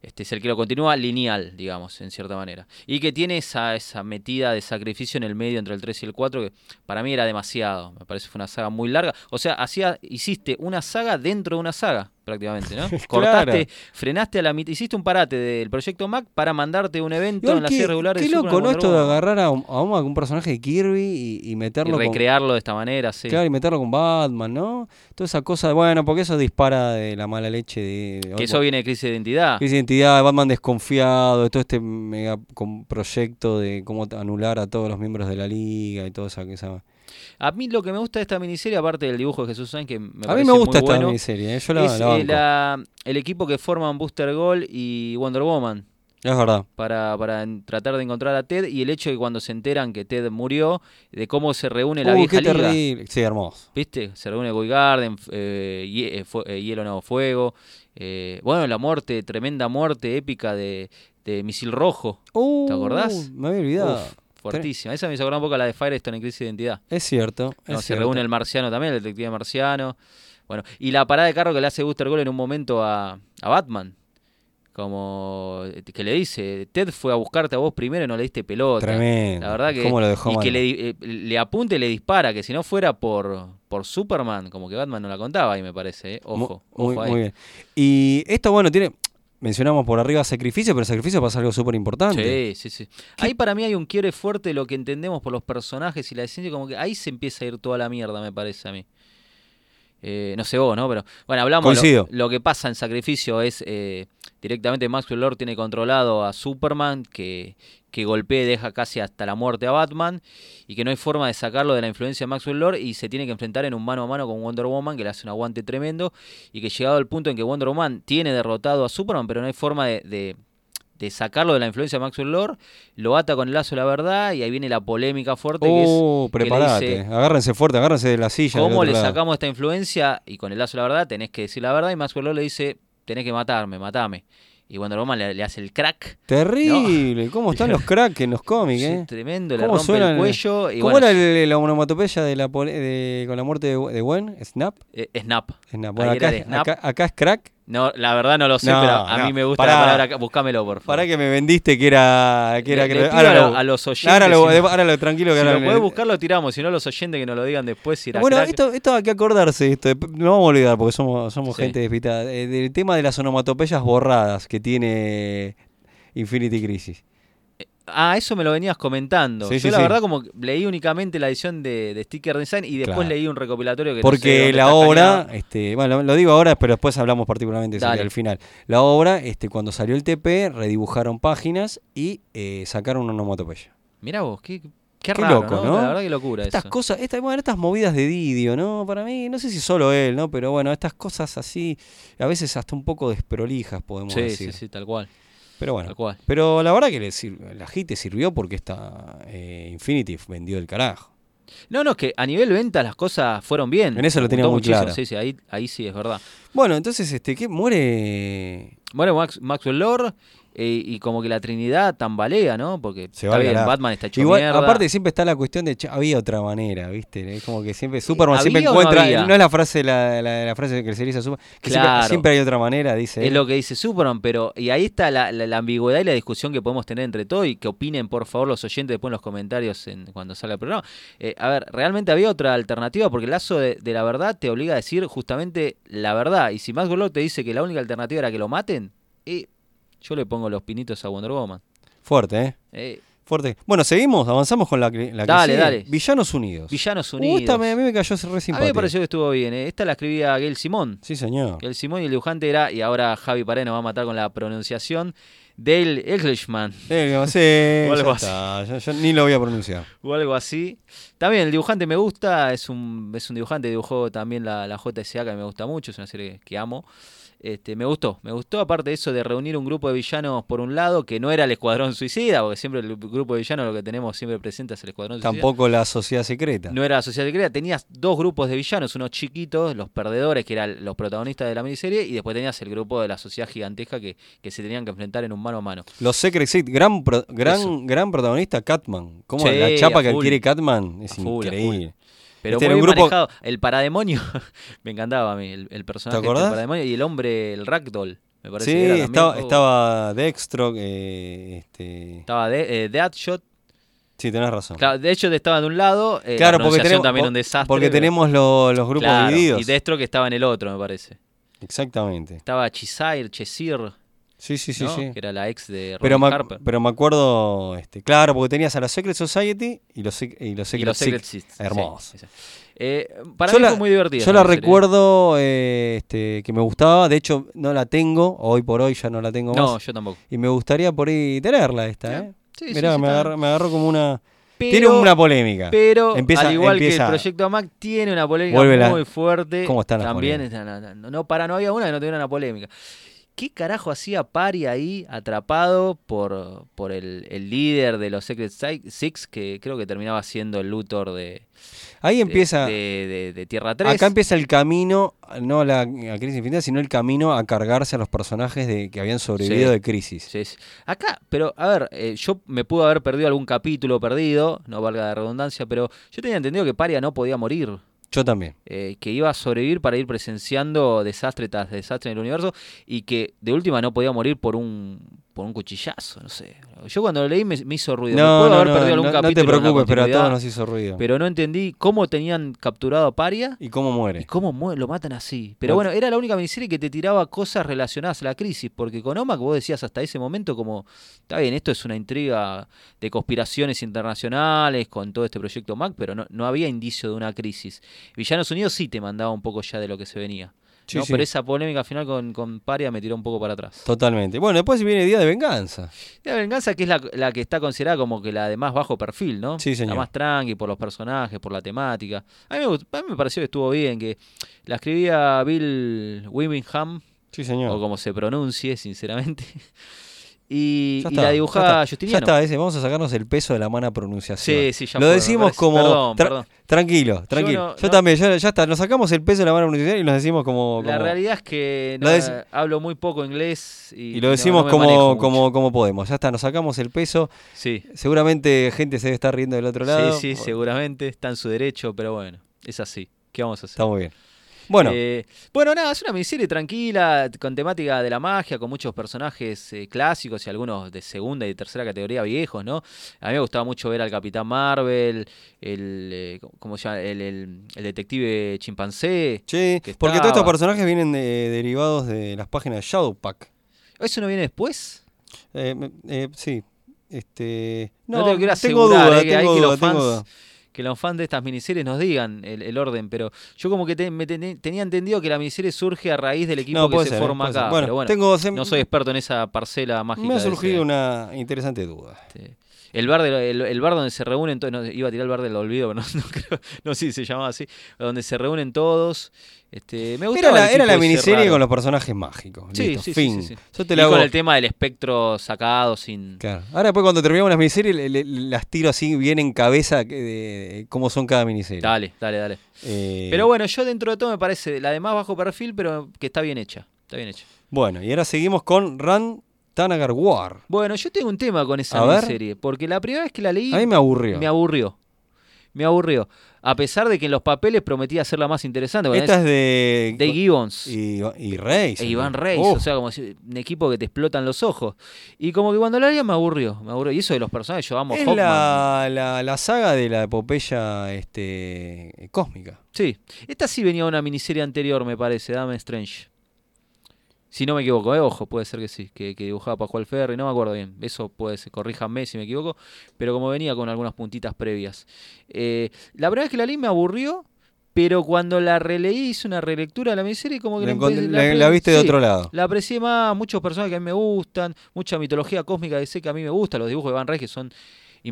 Speaker 2: Este es el que lo continúa lineal, digamos, en cierta manera. Y que tiene esa, esa metida de sacrificio en el medio entre el 3 y el 4, que para mí era demasiado. Me parece que fue una saga muy larga. O sea, hacía, hiciste una saga dentro de una saga, prácticamente, ¿no? Cortaste, frenaste a la mitad, hiciste un parate del proyecto Mac para mandarte un evento
Speaker 1: Igual
Speaker 2: en la
Speaker 1: que-
Speaker 2: serie regular
Speaker 1: Qué
Speaker 2: de Super
Speaker 1: loco, ¿no?
Speaker 2: Wonder
Speaker 1: Esto de
Speaker 2: Woman.
Speaker 1: agarrar a un, a un- a un personaje de Kirby y, y
Speaker 2: Y
Speaker 1: meterlo con-
Speaker 2: recrearlo de esta manera, sí.
Speaker 1: claro, y meterlo con Batman, ¿no? Toda esa cosa, de- bueno, porque eso dispara de la mala leche de... de
Speaker 2: que eso viene de crisis de identidad.
Speaker 1: Que esa identidad de Batman desconfiado, de todo este mega com- proyecto de cómo t- anular a todos los miembros de la liga y todo esa... esa-
Speaker 2: A mí lo que me gusta de esta miniserie, aparte del dibujo de Jesús Sainz, que me
Speaker 1: A mí
Speaker 2: parece
Speaker 1: me gusta
Speaker 2: muy
Speaker 1: esta
Speaker 2: bueno,
Speaker 1: miniserie, ¿eh? yo la, la
Speaker 2: es eh,
Speaker 1: banco.
Speaker 2: la- el equipo que forman Booster Gold y Wonder Woman
Speaker 1: Es verdad.
Speaker 2: para, para en- tratar de encontrar a Ted y el hecho de que cuando se enteran que Ted murió, de cómo se reúne la
Speaker 1: Uy, Uh,
Speaker 2: vieja
Speaker 1: qué
Speaker 2: liga.
Speaker 1: terrible. Sí, hermoso.
Speaker 2: ¿Viste? Se reúne Guy Garden, f- eh, hie- eh, fu- eh, Hielo Nuevo Fuego. eh, bueno, la muerte, tremenda muerte épica de, de Misil Rojo.
Speaker 1: Uh,
Speaker 2: acordás?
Speaker 1: Me había olvidado.
Speaker 2: Uf, fuertísima. Esa me hizo acordar un poco a la de Firestone en Crisis de Identidad.
Speaker 1: Es cierto.
Speaker 2: No,
Speaker 1: es
Speaker 2: se
Speaker 1: cierto.
Speaker 2: reúne el marciano también, el detective marciano. Bueno, y la parada de carro que le hace Buster Gold en un momento a, a Batman. Como eh, que le dice, Ted fue a buscarte a vos primero y no le diste pelota.
Speaker 1: Tremendo.
Speaker 2: La verdad que.
Speaker 1: ¿Cómo lo dejó
Speaker 2: y que
Speaker 1: mano?
Speaker 2: le, di- eh, le apunte y le dispara, que si no fuera por, por Superman, como que Batman no la contaba ahí, me parece. eh.
Speaker 1: Mu-
Speaker 2: Ojo,
Speaker 1: Muy,
Speaker 2: ojo ahí.
Speaker 1: muy bien. Y esto, bueno, tiene. Mencionamos por arriba sacrificio, pero sacrificio pasa algo súper importante.
Speaker 2: Sí, sí, sí. Ahí para mí hay un quiebre fuerte de lo que entendemos por los personajes y la esencia, como que ahí se empieza a ir toda la mierda, me parece a mí. Eh, no sé vos, ¿no? Pero bueno, hablamos. de Lo,
Speaker 1: Coincido.
Speaker 2: lo que pasa en Sacrificio es eh, directamente Maxwell Lord tiene controlado a Superman, que, que golpea y deja casi hasta la muerte a Batman, y que no hay forma de sacarlo de la influencia de Maxwell Lord, y se tiene que enfrentar en un mano a mano con Wonder Woman, que le hace un aguante tremendo, y que llegado al punto en que Wonder Woman tiene derrotado a Superman, pero no hay forma de, de- de sacarlo de la influencia de Maxwell Lord, lo ata con el lazo de la verdad, y ahí viene la polémica fuerte que es
Speaker 1: Oh,
Speaker 2: le
Speaker 1: prepárate.
Speaker 2: dice-
Speaker 1: agárrense fuerte, agárrense de la silla. del
Speaker 2: ¿Cómo
Speaker 1: otro
Speaker 2: le
Speaker 1: lado.
Speaker 2: sacamos esta influencia? Y con el lazo de la verdad, tenés que decir la verdad. Y Maxwell Lord le dice, tenés que matarme, matame. Y Wonder Woman le, le hace el crack.
Speaker 1: Terrible. ¿Cómo están los cracks en los cómics,
Speaker 2: Sí,
Speaker 1: eh?
Speaker 2: tremendo, le
Speaker 1: ¿Cómo
Speaker 2: rompe
Speaker 1: suena
Speaker 2: el
Speaker 1: el-
Speaker 2: cuello. Y
Speaker 1: ¿Cómo
Speaker 2: bueno,
Speaker 1: era el- la onomatopeya de la pole- de- con la muerte de, de Gwen? ¿Snap?
Speaker 2: eh, snap.
Speaker 1: Snap. Bueno,
Speaker 2: Ahí era
Speaker 1: acá,
Speaker 2: de
Speaker 1: es-
Speaker 2: Snap.
Speaker 1: acá- acá es crack.
Speaker 2: No, la verdad no lo sé,
Speaker 1: No,
Speaker 2: pero a mí
Speaker 1: no,
Speaker 2: me gusta
Speaker 1: pará.
Speaker 2: la palabra. crack. Buscámelo, por favor.
Speaker 1: Para que me vendiste que era. Que era
Speaker 2: Le-
Speaker 1: que-
Speaker 2: le pido
Speaker 1: ahora
Speaker 2: a lo-
Speaker 1: lo-
Speaker 2: a los oyentes
Speaker 1: Ahora lo,
Speaker 2: si-
Speaker 1: ahora lo- tranquilo que
Speaker 2: Si
Speaker 1: ahora
Speaker 2: lo
Speaker 1: le-
Speaker 2: podés buscar, lo tiramos. Si no, los oyentes que nos lo digan después. Si era
Speaker 1: Bueno,
Speaker 2: crack.
Speaker 1: esto, esto hay que acordarse, esto, dep- no vamos a olvidar porque somos, somos
Speaker 2: Sí.
Speaker 1: gente despistada, eh, del tema de las onomatopeyas borradas que tiene Infinity Crisis.
Speaker 2: Ah, eso me lo venías comentando.
Speaker 1: Sí,
Speaker 2: Yo
Speaker 1: sí,
Speaker 2: la
Speaker 1: sí.
Speaker 2: verdad como que leí únicamente la edición de, de Sticker Design y después
Speaker 1: Claro.
Speaker 2: leí un recopilatorio que no sé
Speaker 1: Porque
Speaker 2: dónde
Speaker 1: la
Speaker 2: está
Speaker 1: obra,
Speaker 2: escaneado.
Speaker 1: este, bueno, lo digo ahora, pero después hablamos particularmente de eso
Speaker 2: Dale.
Speaker 1: al final. La obra, este, cuando salió el TP, redibujaron páginas y eh, sacaron una onomatopeya.
Speaker 2: Mirá vos, qué, qué,
Speaker 1: Qué
Speaker 2: raro,
Speaker 1: loco,
Speaker 2: ¿no?
Speaker 1: ¿no?
Speaker 2: La verdad que locura
Speaker 1: Estas
Speaker 2: eso.
Speaker 1: cosas, estas, bueno, estas movidas de Didio, ¿no? Para mí, no sé si solo él, ¿no? Pero bueno, estas cosas así, a veces hasta un poco desprolijas, podemos
Speaker 2: Sí,
Speaker 1: decir.
Speaker 2: sí, sí, tal cual,
Speaker 1: Pero bueno.
Speaker 2: tal cual.
Speaker 1: Pero la verdad que le sir- la hit te sirvió porque esta eh, Infinity vendió el carajo.
Speaker 2: No, no, es que a nivel venta las cosas fueron bien.
Speaker 1: En eso lo
Speaker 2: Me
Speaker 1: tenía
Speaker 2: gustó
Speaker 1: muy
Speaker 2: muchísimo,
Speaker 1: claro.
Speaker 2: Sí, sí, ahí, ahí sí es verdad.
Speaker 1: Bueno, entonces, este, ¿qué muere?
Speaker 2: Bueno, Max, Maxwell Lord eh, y como que la Trinidad tambalea, ¿no? Porque
Speaker 1: Se
Speaker 2: está
Speaker 1: va al
Speaker 2: bien,
Speaker 1: carajo.
Speaker 2: Batman está hecho
Speaker 1: Igual,
Speaker 2: mierda.
Speaker 1: aparte siempre está la cuestión de, "Che, había otra manera, ¿viste? Es como que siempre Superman
Speaker 2: ¿había
Speaker 1: siempre
Speaker 2: o no
Speaker 1: encuentra,
Speaker 2: había?
Speaker 1: no, es la frase la, la- la frase que se le dice a Superman, que siempre-
Speaker 2: Claro.
Speaker 1: siempre, hay otra manera, dice.
Speaker 2: Es
Speaker 1: él.
Speaker 2: lo que dice Superman, pero. Y ahí está la, la- la ambigüedad y la discusión que podemos tener entre todos y que opinen, por favor, los oyentes después en los comentarios en- cuando salga el programa. Eh, a ver, realmente había otra alternativa, porque el lazo de, de la verdad te obliga a decir justamente la verdad. Y si Max Lord te dice que la única alternativa era que lo maten, y yo le pongo los pinitos a Wonder Woman.
Speaker 1: Fuerte, ¿eh?
Speaker 2: Eh,
Speaker 1: Fuerte. Bueno, seguimos, avanzamos con la, que- la que
Speaker 2: Dale,
Speaker 1: sigue.
Speaker 2: dale.
Speaker 1: Villanos Unidos.
Speaker 2: Villanos
Speaker 1: Uh,
Speaker 2: Unidos.
Speaker 1: esta me- a mí me cayó re
Speaker 2: a mí me
Speaker 1: simpática.
Speaker 2: pareció que estuvo bien. eh. Esta la escribía Gail Simón.
Speaker 1: Sí, señor.
Speaker 2: El Simón y el dibujante era, y ahora Javi Pared nos va a matar con la pronunciación, Dale Eglishman.
Speaker 1: Eh, no sé,
Speaker 2: O algo
Speaker 1: ya está, yo- yo ni lo voy a pronunciar.
Speaker 2: o algo así. También el dibujante me gusta, es un, es un dibujante, dibujó también la, la JSA que me gusta mucho, es una serie que, que amo. Este, me gustó, me gustó aparte de eso de reunir un grupo de villanos por un lado, que no era el Escuadrón Suicida, porque siempre el grupo de villanos lo que tenemos siempre presente es el Escuadrón Suicida.
Speaker 1: Tampoco la sociedad secreta.
Speaker 2: No era la sociedad secreta, tenías dos grupos de villanos, unos chiquitos, los perdedores, que eran los protagonistas de la miniserie, y después tenías el grupo de la sociedad gigantesca que, que se tenían que enfrentar en un mano a mano.
Speaker 1: Los Secret Six, gran, pro-
Speaker 2: Eso.
Speaker 1: gran, gran protagonista, Catman. Como
Speaker 2: Sí,
Speaker 1: la
Speaker 2: a
Speaker 1: chapa que
Speaker 2: full.
Speaker 1: adquiere Catman
Speaker 2: A
Speaker 1: es
Speaker 2: full, a
Speaker 1: increíble.
Speaker 2: Pero
Speaker 1: Este era
Speaker 2: muy
Speaker 1: un
Speaker 2: bien
Speaker 1: grupo-
Speaker 2: manejado. El parademonio. me encantaba a mí el, el personaje.
Speaker 1: ¿Te
Speaker 2: del
Speaker 1: acordás?
Speaker 2: parademonio y el hombre, el ragdoll. Me me parece
Speaker 1: sí,
Speaker 2: que era también.
Speaker 1: estaba,
Speaker 2: Oh,
Speaker 1: estaba Dextro, eh, este...
Speaker 2: estaba de, eh, Deadshot.
Speaker 1: Sí, tenés razón.
Speaker 2: Claro, de hecho, estaba de un lado. eh, la
Speaker 1: Claro, porque
Speaker 2: pronunciación
Speaker 1: tenemos,
Speaker 2: también
Speaker 1: po-
Speaker 2: un desastre.
Speaker 1: porque
Speaker 2: pero-
Speaker 1: tenemos lo- los grupos
Speaker 2: Claro,
Speaker 1: divididos.
Speaker 2: Y Destro que estaba en el otro, me parece.
Speaker 1: Exactamente.
Speaker 2: Estaba Chisair, Chesir,
Speaker 1: Sí, sí, sí,
Speaker 2: ¿no?
Speaker 1: sí.
Speaker 2: que era la ex de Ron
Speaker 1: Pero me,
Speaker 2: Harper.
Speaker 1: pero me acuerdo, este, claro, porque tenías a la Secret Society y los, sec- y los
Speaker 2: y
Speaker 1: Secret,
Speaker 2: los Secret
Speaker 1: Six.
Speaker 2: Six,
Speaker 1: Hermoso.
Speaker 2: sí, sí. Eh, para
Speaker 1: Yo
Speaker 2: mí
Speaker 1: la-
Speaker 2: fue muy divertido.
Speaker 1: Yo la recuerdo eh, este, que me gustaba, de hecho no la tengo, hoy por hoy ya no la tengo
Speaker 2: No,
Speaker 1: más.
Speaker 2: yo tampoco.
Speaker 1: Y me gustaría por ahí tenerla esta,
Speaker 2: Ya.
Speaker 1: ¿eh?
Speaker 2: Sí, sí,
Speaker 1: Mirá,
Speaker 2: sí,
Speaker 1: me,
Speaker 2: está
Speaker 1: agarró, me agarró como una...
Speaker 2: bien.
Speaker 1: tiene
Speaker 2: Pero-
Speaker 1: una polémica.
Speaker 2: Pero
Speaker 1: Empieza-
Speaker 2: al igual que
Speaker 1: empieza-
Speaker 2: el proyecto AMAC tiene una polémica
Speaker 1: Vuelve la-
Speaker 2: muy fuerte.
Speaker 1: ¿Cómo están las
Speaker 2: También no, no, no, no, para, no había una que no tuviera una polémica. ¿Qué carajo hacía Pari ahí atrapado por, por el, el líder de los Secret Si- Six, que creo que terminaba siendo el Luthor de,
Speaker 1: Ahí
Speaker 2: de-
Speaker 1: empieza...
Speaker 2: de, de- de Tierra 3?
Speaker 1: Acá empieza el camino, no la a crisis infinita, sino el camino a cargarse a los personajes de, que habían sobrevivido
Speaker 2: Sí.
Speaker 1: de crisis.
Speaker 2: Sí, sí. Acá, pero a ver, eh, yo me pude haber perdido algún capítulo perdido, no valga la redundancia, pero yo tenía entendido que Paria no podía morir.
Speaker 1: Yo también.
Speaker 2: eh, que iba a sobrevivir para ir presenciando desastre tras desastre en el universo y que de última no podía morir por un por un cuchillazo, no sé. Yo cuando lo leí me, me hizo ruido. Me puedo haber perdido algún
Speaker 1: no- no te
Speaker 2: capítulo, alguna
Speaker 1: preocupes, pero a
Speaker 2: continuidad,
Speaker 1: todos nos hizo ruido.
Speaker 2: pero no entendí cómo tenían capturado a Paria
Speaker 1: ¿Y cómo
Speaker 2: y
Speaker 1: muere?
Speaker 2: cómo mu- lo matan así. Pero
Speaker 1: No-
Speaker 2: bueno, era la única miniserie que te tiraba cosas relacionadas a la crisis, porque con Omak vos decías hasta ese momento como, está bien, esto es una intriga de conspiraciones internacionales con todo este proyecto Mac, pero no, no había indicio de una crisis. Villanos Unidos sí te mandaba un poco ya de lo que se venía.
Speaker 1: Sí,
Speaker 2: ¿no?
Speaker 1: sí.
Speaker 2: Pero esa polémica final con, con Paria me tiró un poco para atrás.
Speaker 1: Totalmente. Bueno, después viene Día de Venganza.
Speaker 2: La venganza que es la, la que está considerada como que la de más bajo perfil, ¿no?
Speaker 1: Sí, señor.
Speaker 2: La más tranqui por los personajes, por la temática. A mí me, gust- a mí me pareció que estuvo bien, que la escribía Bill Wimingham,
Speaker 1: Sí,
Speaker 2: o
Speaker 1: señor.
Speaker 2: como se pronuncie, sinceramente. Y,
Speaker 1: Ya
Speaker 2: y
Speaker 1: está,
Speaker 2: la
Speaker 1: ya
Speaker 2: dibujaba
Speaker 1: está.
Speaker 2: Justiniano.
Speaker 1: Ya está, ese, vamos a sacarnos el peso de la mala pronunciación.
Speaker 2: Sí, sí, ya
Speaker 1: Lo
Speaker 2: fue, me
Speaker 1: decimos
Speaker 2: parece.
Speaker 1: como. tra-
Speaker 2: Perdón, perdón.
Speaker 1: Tranquilo, tranquilo. Yo,
Speaker 2: no- no-
Speaker 1: también, ya, ya está. Nos sacamos el peso de la mala pronunciación y nos decimos como.
Speaker 2: La
Speaker 1: como-
Speaker 2: realidad es que
Speaker 1: Lo
Speaker 2: no,
Speaker 1: dec-
Speaker 2: hablo muy poco inglés y,
Speaker 1: y lo
Speaker 2: no-
Speaker 1: decimos
Speaker 2: no me manejo
Speaker 1: como,
Speaker 2: mucho.
Speaker 1: como, como podemos. Ya está, nos sacamos el peso.
Speaker 2: Sí.
Speaker 1: Seguramente gente se debe estar riendo del otro lado.
Speaker 2: sí, sí, seguramente está en su derecho, pero bueno, es así. ¿Qué vamos a hacer?
Speaker 1: Está muy bien. Bueno,
Speaker 2: Eh, bueno, nada, es una miniserie tranquila, con temática de la magia, con muchos personajes eh, clásicos y algunos de segunda y tercera categoría viejos, ¿no? A mí me gustaba mucho ver al Capitán Marvel, el, eh, ¿cómo se llama? El, el- el detective chimpancé.
Speaker 1: sí,
Speaker 2: que
Speaker 1: porque todos estos
Speaker 2: estaba.
Speaker 1: personajes vienen de- derivados de las páginas de Shadowpack.
Speaker 2: ¿Eso no viene después?
Speaker 1: Eh, me- eh, sí. Este,
Speaker 2: No te lo quiero
Speaker 1: duda,
Speaker 2: asegurar, eh, que hay
Speaker 1: tengo
Speaker 2: que
Speaker 1: duda,
Speaker 2: los
Speaker 1: tengo
Speaker 2: fans-
Speaker 1: duda.
Speaker 2: Que los fans de estas miniseries nos digan el, el orden, pero yo como que te- me ten- tenía entendido que la miniserie surge a raíz del equipo
Speaker 1: No,
Speaker 2: que
Speaker 1: puede
Speaker 2: se
Speaker 1: ser,
Speaker 2: forma
Speaker 1: puede ser.
Speaker 2: acá.
Speaker 1: Bueno,
Speaker 2: pero bueno,
Speaker 1: tengo- se-
Speaker 2: no soy experto en esa parcela mágica.
Speaker 1: Me ha
Speaker 2: de ese-
Speaker 1: surgido una interesante duda.
Speaker 2: Este, el bar, de- el, el bar donde se reúnen todos, no, iba a tirar el bar del olvido, pero no, no creo, no sé si se llamaba así, donde se reúnen todos. Este, me
Speaker 1: Era
Speaker 2: gustaba
Speaker 1: la,
Speaker 2: el
Speaker 1: era
Speaker 2: tipo
Speaker 1: la
Speaker 2: ese
Speaker 1: miniserie
Speaker 2: raro.
Speaker 1: con los personajes mágicos.
Speaker 2: Sí,
Speaker 1: Listo,
Speaker 2: sí, sí,
Speaker 1: fin.
Speaker 2: sí, sí.
Speaker 1: Yo te
Speaker 2: Y
Speaker 1: la hago.
Speaker 2: con el tema del espectro sacado sin...
Speaker 1: Claro. Ahora después cuando terminamos las miniseries le- le- las tiro así bien en cabeza que- de cómo son cada miniserie.
Speaker 2: Dale, dale, dale.
Speaker 1: Eh,
Speaker 2: Pero bueno, yo dentro de todo me parece la de más bajo perfil, pero que está bien hecha. Está bien hecha.
Speaker 1: bueno, y ahora seguimos con Ran Tanagar War.
Speaker 2: Bueno, yo tengo un tema con esa
Speaker 1: A ver.
Speaker 2: miniserie, porque la primera vez que la leí...
Speaker 1: A mí me aburrió.
Speaker 2: Me aburrió. Me aburrió. A pesar de que en los papeles prometía ser la más interesante. porque
Speaker 1: Esta es de,
Speaker 2: de Gibbons.
Speaker 1: y, y Reis.
Speaker 2: E Iván Reis,
Speaker 1: Oh,
Speaker 2: o sea, como si- un equipo que te explotan los ojos. Y como que cuando lo haría me aburrió, me aburrió. Y eso de los personajes, yo amo
Speaker 1: es
Speaker 2: Hoffman.
Speaker 1: la, la, la saga de la epopeya este, cósmica.
Speaker 2: Sí, esta sí venía de una miniserie anterior, me parece, Dame Strange. Si no me equivoco, eh, ojo, puede ser que sí, que, que dibujaba Pascual Ferri, no me acuerdo bien. Eso puede ser, corríjanme si me equivoco, pero como venía con algunas puntitas previas. Eh, la primera vez que la leí me aburrió, pero cuando la releí, hice una relectura de la miniserie, como que
Speaker 1: La,
Speaker 2: la
Speaker 1: encont-
Speaker 2: empe-
Speaker 1: la-
Speaker 2: empe-
Speaker 1: la viste de
Speaker 2: sí.
Speaker 1: otro lado.
Speaker 2: La aprecié más, muchos personajes que a mí me gustan, mucha mitología cósmica que sé que a mí me gusta, los dibujos de Van Rey que son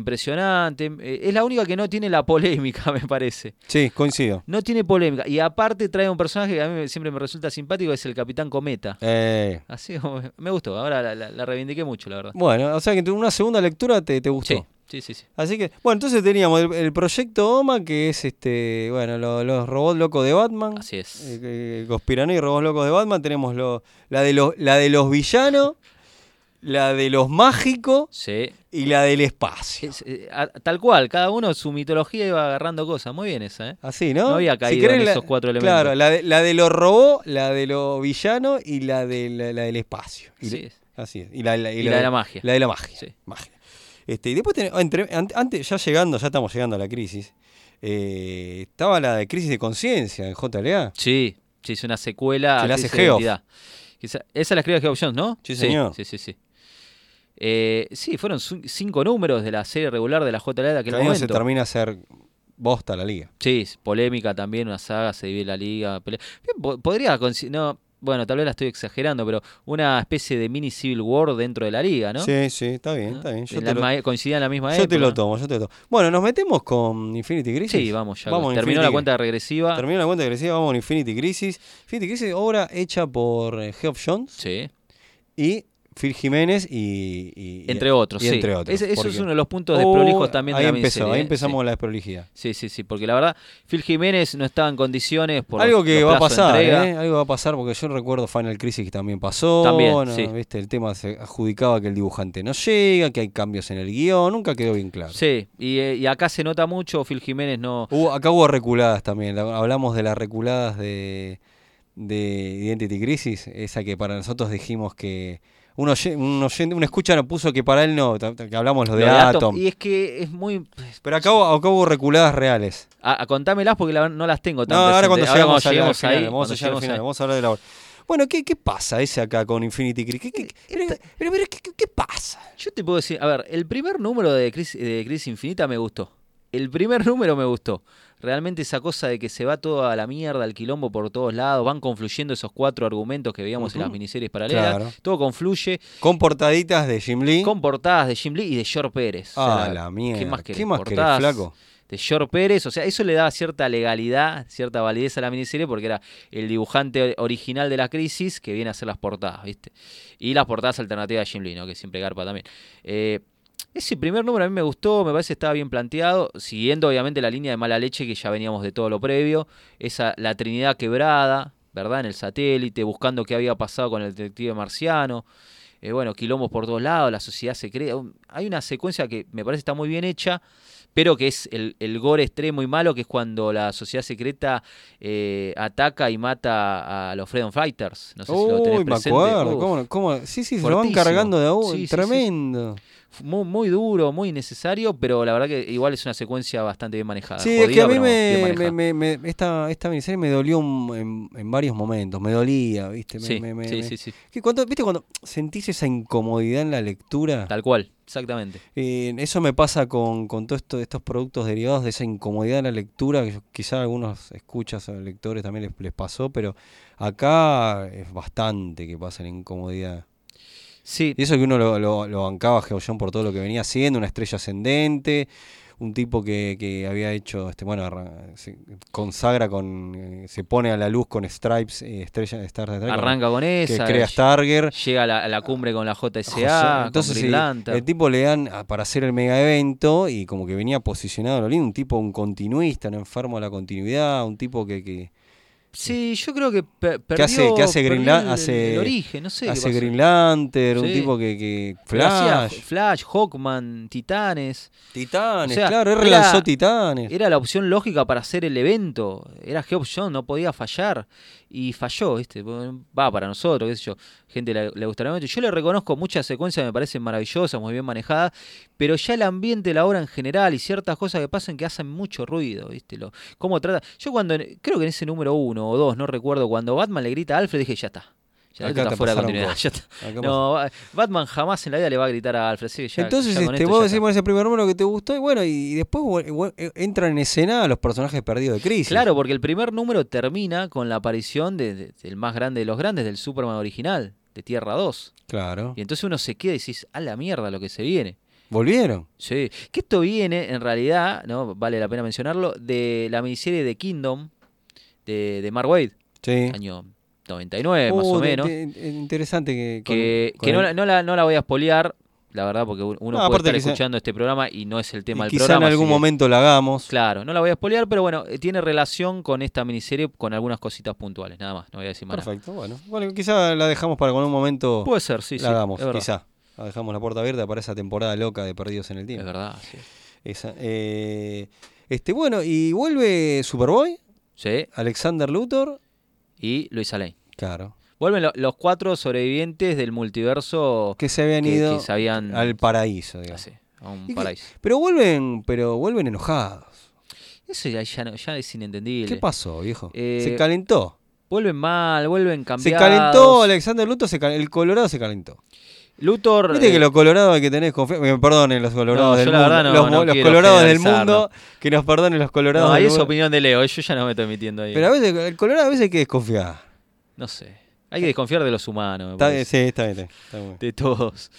Speaker 2: impresionantes. Eh, es la única que no tiene la polémica, me parece.
Speaker 1: Sí, coincido.
Speaker 2: No tiene polémica. Y aparte trae un personaje que a mí me- siempre me resulta simpático, es el Capitán Cometa.
Speaker 1: Eh,
Speaker 2: Así como me gustó, ahora la, la- la reivindiqué mucho, la verdad.
Speaker 1: bueno, o sea que en una segunda lectura te, te gustó.
Speaker 2: Sí, sí, sí. sí.
Speaker 1: Así que, bueno, entonces teníamos el, el proyecto OMA, que es este, bueno, lo- los robots locos de Batman.
Speaker 2: Así es.
Speaker 1: Eh, eh, Conspirano y robots locos de Batman. Tenemos lo- la, de los, la de los villanos. la de los mágicos
Speaker 2: Sí.
Speaker 1: y la del espacio.
Speaker 2: Es, eh, a- tal cual, cada uno su mitología iba agarrando cosas. Muy bien esa, ¿eh?
Speaker 1: Así, ¿no?
Speaker 2: No había caído
Speaker 1: querés
Speaker 2: en esos cuatro
Speaker 1: Claro,
Speaker 2: elementos.
Speaker 1: la de, la de los robó, la de los villanos y la, de, la, la del espacio. Y
Speaker 2: Sí.
Speaker 1: Así es. Y la, y
Speaker 2: Y la de la magia.
Speaker 1: La de la magia.
Speaker 2: Sí.
Speaker 1: magia. Este, y después, ten- entre- an- antes, ya llegando, ya estamos llegando a la crisis, eh, estaba la de crisis de conciencia en JLA.
Speaker 2: Sí, sí, es una secuela.
Speaker 1: Que la
Speaker 2: a
Speaker 1: hace
Speaker 2: Crisis de
Speaker 1: Geoff.
Speaker 2: Identidad. Esa, esa la escribió Geoff Jones, ¿no?
Speaker 1: Sí, señor.
Speaker 2: Sí, sí, sí. Eh, sí, fueron su- cinco números de la serie regular de la JLA de aquel
Speaker 1: Que ahí no se
Speaker 2: momento.
Speaker 1: termina a ser bosta la liga.
Speaker 2: Sí, es polémica también, una saga, se divide la liga. pelea. Bien, po- Podría, consi- no, bueno, tal vez la estoy exagerando, pero una especie de mini Civil War dentro de la liga, ¿no?
Speaker 1: Sí, sí, está bien,
Speaker 2: ¿No?
Speaker 1: está bien. Yo
Speaker 2: En
Speaker 1: te
Speaker 2: la
Speaker 1: lo-
Speaker 2: ma- coincidía en la misma
Speaker 1: Yo
Speaker 2: época.
Speaker 1: te lo
Speaker 2: ¿no?
Speaker 1: tomo, yo te lo tomo. Bueno, nos metemos con Infinity Crisis.
Speaker 2: Sí, vamos ya.
Speaker 1: Vamos,
Speaker 2: terminó
Speaker 1: Infinity
Speaker 2: la
Speaker 1: Crisis.
Speaker 2: cuenta regresiva.
Speaker 1: Terminó la cuenta que decía, vamos con Infinity Crisis. Infinity Crisis, obra hecha por eh, Geoff Jones
Speaker 2: Sí,
Speaker 1: y Phil Jiménez y. y- y-
Speaker 2: entre otros,
Speaker 1: y
Speaker 2: sí.
Speaker 1: entre otros,
Speaker 2: Ese- eso
Speaker 1: porque-
Speaker 2: es uno de los puntos desprolijos
Speaker 1: Oh,
Speaker 2: también
Speaker 1: ahí
Speaker 2: de la
Speaker 1: empezó,
Speaker 2: miniserie,
Speaker 1: Ahí
Speaker 2: ¿eh?
Speaker 1: empezamos la desprolijidad.
Speaker 2: Sí. sí, sí, sí, porque la verdad, Phil Jiménez no estaba en condiciones por
Speaker 1: Algo
Speaker 2: los-
Speaker 1: que
Speaker 2: los
Speaker 1: va a
Speaker 2: plazos de
Speaker 1: pasar,
Speaker 2: entrega.
Speaker 1: ¿eh? Algo va a pasar porque yo recuerdo Final Crisis que también pasó.
Speaker 2: También,
Speaker 1: no,
Speaker 2: sí.
Speaker 1: ¿viste? El tema se adjudicaba que el dibujante no llega, que hay cambios en el guión, nunca quedó bien claro.
Speaker 2: Sí, y, eh, y acá se nota mucho, Phil Jiménez no...
Speaker 1: Hubo- acá hubo reculadas también. la- Hablamos de las reculadas de, de Identity Crisis, esa que para nosotros dijimos que. Un, oye- un, oyente- un escucha nos puso que para él no, ta- ta- que hablamos lo de,
Speaker 2: lo de
Speaker 1: Atom.
Speaker 2: Atom. Y es que es muy... pues,
Speaker 1: Pero acá, hubo- acá hubo reculadas reales.
Speaker 2: A, a- contámelas porque la verdad no las tengo
Speaker 1: No,
Speaker 2: tan
Speaker 1: ahora cuando
Speaker 2: presentes.
Speaker 1: llegamos, al-
Speaker 2: cuando
Speaker 1: al final,
Speaker 2: ahí,
Speaker 1: vamos
Speaker 2: cuando
Speaker 1: a llegar al
Speaker 2: lleguemos
Speaker 1: final,
Speaker 2: ahí.
Speaker 1: vamos a hablar de la obra. Bueno, ¿qué, qué pasa ese acá con Infinity Crisis? ¿Qué,
Speaker 2: Eh,
Speaker 1: qué- pero, pero- pero ¿qué- qué- qué pasa?
Speaker 2: Yo te puedo decir, a ver, el primer número de Crisis, de Crisis Infinita me gustó. El primer número me gustó. Realmente esa cosa de que se va todo a la mierda, al quilombo por todos lados, van confluyendo esos cuatro argumentos que veíamos en
Speaker 1: Ujú.
Speaker 2: las miniseries paralelas.
Speaker 1: Claro.
Speaker 2: Todo confluye
Speaker 1: Con portaditas de Jim Lee.
Speaker 2: con portadas de Jim Lee y de George Pérez. O sea,
Speaker 1: Ah, la mierda.
Speaker 2: ¿Qué más querés?
Speaker 1: ¿Qué más querés,
Speaker 2: Portadas
Speaker 1: flaco?
Speaker 2: De George Pérez, o sea, eso le daba cierta legalidad, cierta validez a la miniserie porque era el dibujante original de la crisis que viene a hacer las portadas, ¿viste? Y las portadas alternativas de Jim Lee, ¿no? Que siempre garpa también. Eh, ese primer número a mí me gustó, me parece que estaba bien planteado, siguiendo obviamente la línea de mala leche que ya veníamos de todo lo previo, esa la Trinidad quebrada, ¿verdad? En el satélite, buscando qué había pasado con el detective marciano. Eh, bueno, quilombos por todos lados, la sociedad se crea. Un- Hay una secuencia que me parece está muy bien hecha, pero que es el, el gore extremo y malo, que es cuando la sociedad secreta eh, ataca y mata a los Freedom Fighters. No sé si lo tenés
Speaker 1: Uy, me
Speaker 2: presente.
Speaker 1: acuerdo.
Speaker 2: Uf.
Speaker 1: ¿cómo, no? cómo? Sí, sí, se lo van
Speaker 2: Fuertísimo.
Speaker 1: cargando de a uno.
Speaker 2: Sí, sí, sí, sí.
Speaker 1: Tremendo.
Speaker 2: muy, muy duro, muy innecesario, pero la verdad que igual es una secuencia bastante bien manejada.
Speaker 1: Sí, es
Speaker 2: Jodida,
Speaker 1: que a mí
Speaker 2: pero bien
Speaker 1: me,
Speaker 2: manejada.
Speaker 1: me- me- me- esta, esta miniserie me dolió un- en, en varios momentos, me dolía, ¿viste? Me-
Speaker 2: Sí,
Speaker 1: me- me-
Speaker 2: sí,
Speaker 1: me-
Speaker 2: sí, sí.
Speaker 1: Que cuando, ¿Viste cuando sentís esa incomodidad en la lectura?
Speaker 2: Tal cual, exactamente.
Speaker 1: Eh, eso me pasa con, con todos estos productos derivados de esa incomodidad en la lectura, que yo- quizá a algunos escuchas a lectores también les, les pasó, pero acá es bastante que pasa la incomodidad.
Speaker 2: Sí,
Speaker 1: Y eso que uno lo, lo, lo bancaba a Geollón por todo lo que venía haciendo, una estrella ascendente, un tipo que, que había hecho, este, bueno, arran- se consagra con, eh, se pone a la luz con Stripes, eh, estrella, Star Trek,
Speaker 2: arranca con
Speaker 1: que
Speaker 2: esa.
Speaker 1: crea Starger.
Speaker 2: Llega a la, a la cumbre con la JSA,
Speaker 1: José-
Speaker 2: entonces,
Speaker 1: entonces eh, sí, el tipo le dan a- para hacer el mega evento y como que venía posicionado a lo lindo, un tipo, un continuista, un enfermo a la continuidad, un tipo que, que
Speaker 2: Sí, yo creo que pe- perdió,
Speaker 1: ¿Qué hace- qué hace
Speaker 2: perdió
Speaker 1: Green Lan-
Speaker 2: el-
Speaker 1: hace-
Speaker 2: el origen, no sé qué
Speaker 1: hace
Speaker 2: pasó.
Speaker 1: Green Lantern, un
Speaker 2: Sí.
Speaker 1: tipo que, que
Speaker 2: Pero hacía
Speaker 1: Flash,
Speaker 2: Flash, Hawkman, Titanes.
Speaker 1: Titanes,
Speaker 2: o sea,
Speaker 1: claro, él
Speaker 2: era-
Speaker 1: relanzó Titanes.
Speaker 2: Era la opción lógica para hacer el evento. Era Geoff John, no podía fallar. Y falló, ¿viste? Va para nosotros, qué sé yo. Gente le, le gustará mucho. Yo le reconozco muchas secuencias que me parecen maravillosas, muy bien manejadas. Pero ya el ambiente, la obra en general y ciertas cosas que pasan que hacen mucho ruido, ¿viste? Lo, ¿Cómo trata? Yo cuando. en- Creo que en ese número uno o dos, no recuerdo, cuando Batman le grita a Alfred, dije, ya está. Ya
Speaker 1: Acá
Speaker 2: está
Speaker 1: te
Speaker 2: fuera de
Speaker 1: pasaron
Speaker 2: continuidad.
Speaker 1: cosas.
Speaker 2: Ya está.
Speaker 1: Acá pasó.
Speaker 2: No, Ba- Batman jamás en la vida le va a gritar a Alfred. sí, ya-
Speaker 1: Entonces,
Speaker 2: ya con
Speaker 1: este,
Speaker 2: esto
Speaker 1: vos
Speaker 2: ya
Speaker 1: decís
Speaker 2: está.
Speaker 1: con ese primer número que te gustó, y bueno, y, y después bueno, igual, eh, entran en escena los personajes perdidos de Crisis.
Speaker 2: Claro, porque el primer número termina con la aparición de- de- del más grande de los grandes, del Superman original, de Tierra 2.
Speaker 1: Claro.
Speaker 2: Y entonces uno se queda y decís, a la mierda lo que se viene.
Speaker 1: Volvieron.
Speaker 2: Sí, que esto viene, en realidad, no vale la pena mencionarlo, de la miniserie de Kingdom de, de Mark Wade,
Speaker 1: Sí.
Speaker 2: año 99 Eh, más
Speaker 1: Oh,
Speaker 2: o
Speaker 1: de-
Speaker 2: menos.
Speaker 1: de- de- interesante que. con-
Speaker 2: que
Speaker 1: con
Speaker 2: que no,
Speaker 1: el-
Speaker 2: la- no la, no la voy a espolear, la verdad, porque uno
Speaker 1: No,
Speaker 2: puede
Speaker 1: aparte
Speaker 2: estar
Speaker 1: que sea-
Speaker 2: escuchando este programa y no es el
Speaker 1: y
Speaker 2: tema del
Speaker 1: quizá
Speaker 2: programa.
Speaker 1: en algún
Speaker 2: así que-
Speaker 1: momento la hagamos.
Speaker 2: Claro, no la voy a spoilear, pero bueno, eh, tiene relación con esta miniserie con algunas cositas puntuales, nada más, no voy a decir más nada.
Speaker 1: Perfecto, bueno. Bueno, quizá la dejamos para con un momento
Speaker 2: Puede ser, sí, sí.
Speaker 1: la hagamos,
Speaker 2: es verdad.
Speaker 1: quizá. Ah, Dejamos la puerta abierta para esa temporada loca de Perdidos en el
Speaker 2: Es
Speaker 1: Tiempo.
Speaker 2: verdad, sí.
Speaker 1: Esa, eh, este, bueno, y vuelve Superboy,
Speaker 2: Sí,
Speaker 1: Alexander Luthor.
Speaker 2: y Luis Alain.
Speaker 1: Claro.
Speaker 2: Vuelven lo- los cuatro sobrevivientes del multiverso
Speaker 1: Que se habían
Speaker 2: que- que
Speaker 1: ido
Speaker 2: se habían-
Speaker 1: al paraíso, digamos.
Speaker 2: así, a un
Speaker 1: Y que-
Speaker 2: paraíso.
Speaker 1: Pero vuelven, pero vuelven enojados.
Speaker 2: Eso ya, ya, no- ya es inentendible.
Speaker 1: ¿Qué pasó, viejo?
Speaker 2: Eh,
Speaker 1: se calentó.
Speaker 2: Vuelven mal, vuelven
Speaker 1: Se
Speaker 2: cambiados.
Speaker 1: calentó Alexander Luthor, se cal- el Colorado se calentó.
Speaker 2: Luthor.
Speaker 1: Viste que
Speaker 2: eh,
Speaker 1: los colorados hay que tener confianza. Que me perdonen los colorados
Speaker 2: No, yo
Speaker 1: del
Speaker 2: la
Speaker 1: mundo.
Speaker 2: verdad no-
Speaker 1: los
Speaker 2: no
Speaker 1: mo- los
Speaker 2: quiero
Speaker 1: colorados del
Speaker 2: generalizar,
Speaker 1: mundo. Que nos perdonen los colorados
Speaker 2: no, ahí
Speaker 1: del
Speaker 2: es
Speaker 1: mundo.
Speaker 2: opinión de Leo. Yo ya no me estoy metiendo ahí.
Speaker 1: Pero a veces, el colorado a veces hay que desconfiar.
Speaker 2: No sé. Hay que desconfiar de los humanos. me
Speaker 1: Está bien,
Speaker 2: parece.
Speaker 1: sí, está bien. está bien.
Speaker 2: De todos.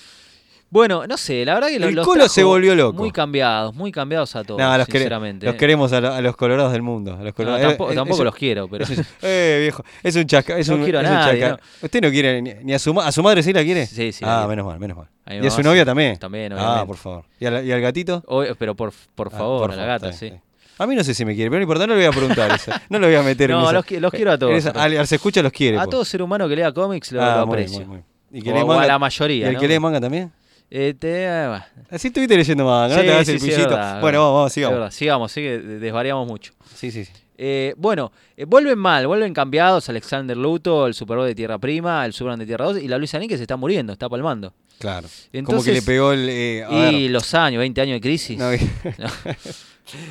Speaker 2: Bueno, no sé, la verdad que los,
Speaker 1: El
Speaker 2: los
Speaker 1: Colo
Speaker 2: trajo
Speaker 1: se volvió loco.
Speaker 2: Muy cambiados, muy cambiados a todos,
Speaker 1: Nah, los, quere-
Speaker 2: sinceramente.
Speaker 1: los
Speaker 2: eh.
Speaker 1: queremos a, lo- a los colorados del mundo. a los
Speaker 2: No,
Speaker 1: colorados.
Speaker 2: tampoco
Speaker 1: Eh, eh,
Speaker 2: tampoco
Speaker 1: eso-
Speaker 2: los quiero, pero.
Speaker 1: Eh, viejo, es un chasca. Es
Speaker 2: No
Speaker 1: un,
Speaker 2: quiero a
Speaker 1: es un
Speaker 2: nadie,
Speaker 1: chasca- Usted no quiere ni, ni a su madre. ¿A su madre sí la quiere?
Speaker 2: Sí, sí, la
Speaker 1: Ah,
Speaker 2: quiero.
Speaker 1: menos mal, menos mal.
Speaker 2: A mi
Speaker 1: ¿Y a su
Speaker 2: mamá
Speaker 1: novia
Speaker 2: sí.
Speaker 1: también?
Speaker 2: También,
Speaker 1: Ah,
Speaker 2: obviamente.
Speaker 1: por favor. ¿Y, a la- y al gatito?
Speaker 2: Obvio, pero por, por
Speaker 1: Ah,
Speaker 2: favor, a la
Speaker 1: favor,
Speaker 2: gata,
Speaker 1: está
Speaker 2: sí.
Speaker 1: bien, está bien. A mí no sé si me quiere, pero no importa, no le voy a preguntar eso. No le voy a meter
Speaker 2: No,
Speaker 1: en esa-
Speaker 2: los qui- los quiero a
Speaker 1: en
Speaker 2: todos.
Speaker 1: esa- al, al se escucha los quiere.
Speaker 2: A
Speaker 1: po.
Speaker 2: todo ser humano que lea cómics lo,
Speaker 1: Ah,
Speaker 2: lo
Speaker 1: muy bien,
Speaker 2: aprecio.
Speaker 1: muy bien, muy bien.
Speaker 2: O- o a la mayoría,
Speaker 1: ¿Y el que
Speaker 2: ¿no?
Speaker 1: lee manga también?
Speaker 2: Eh, te- ah, bah.
Speaker 1: Así estuviste leyendo manga, no
Speaker 2: Sí,
Speaker 1: te hagas
Speaker 2: sí,
Speaker 1: el
Speaker 2: sí, es
Speaker 1: pillito.
Speaker 2: verdad,
Speaker 1: bueno,
Speaker 2: es
Speaker 1: vamos, vamos,
Speaker 2: verdad.
Speaker 1: sigamos.
Speaker 2: Es verdad, sigamos, sí, que de- desvariamos mucho.
Speaker 1: Sí, sí, sí.
Speaker 2: Eh, bueno, eh, vuelven mal, vuelven cambiados Alexander Luto, el Superboy de Tierra Prima, el Superman de Tierra 2 y la Luisa Lane que se está muriendo, está palmando.
Speaker 1: Claro. Como que
Speaker 2: Entonces-
Speaker 1: le pegó el. eh, a ver.
Speaker 2: Y los años, 20 años de crisis.
Speaker 1: No,
Speaker 2: No.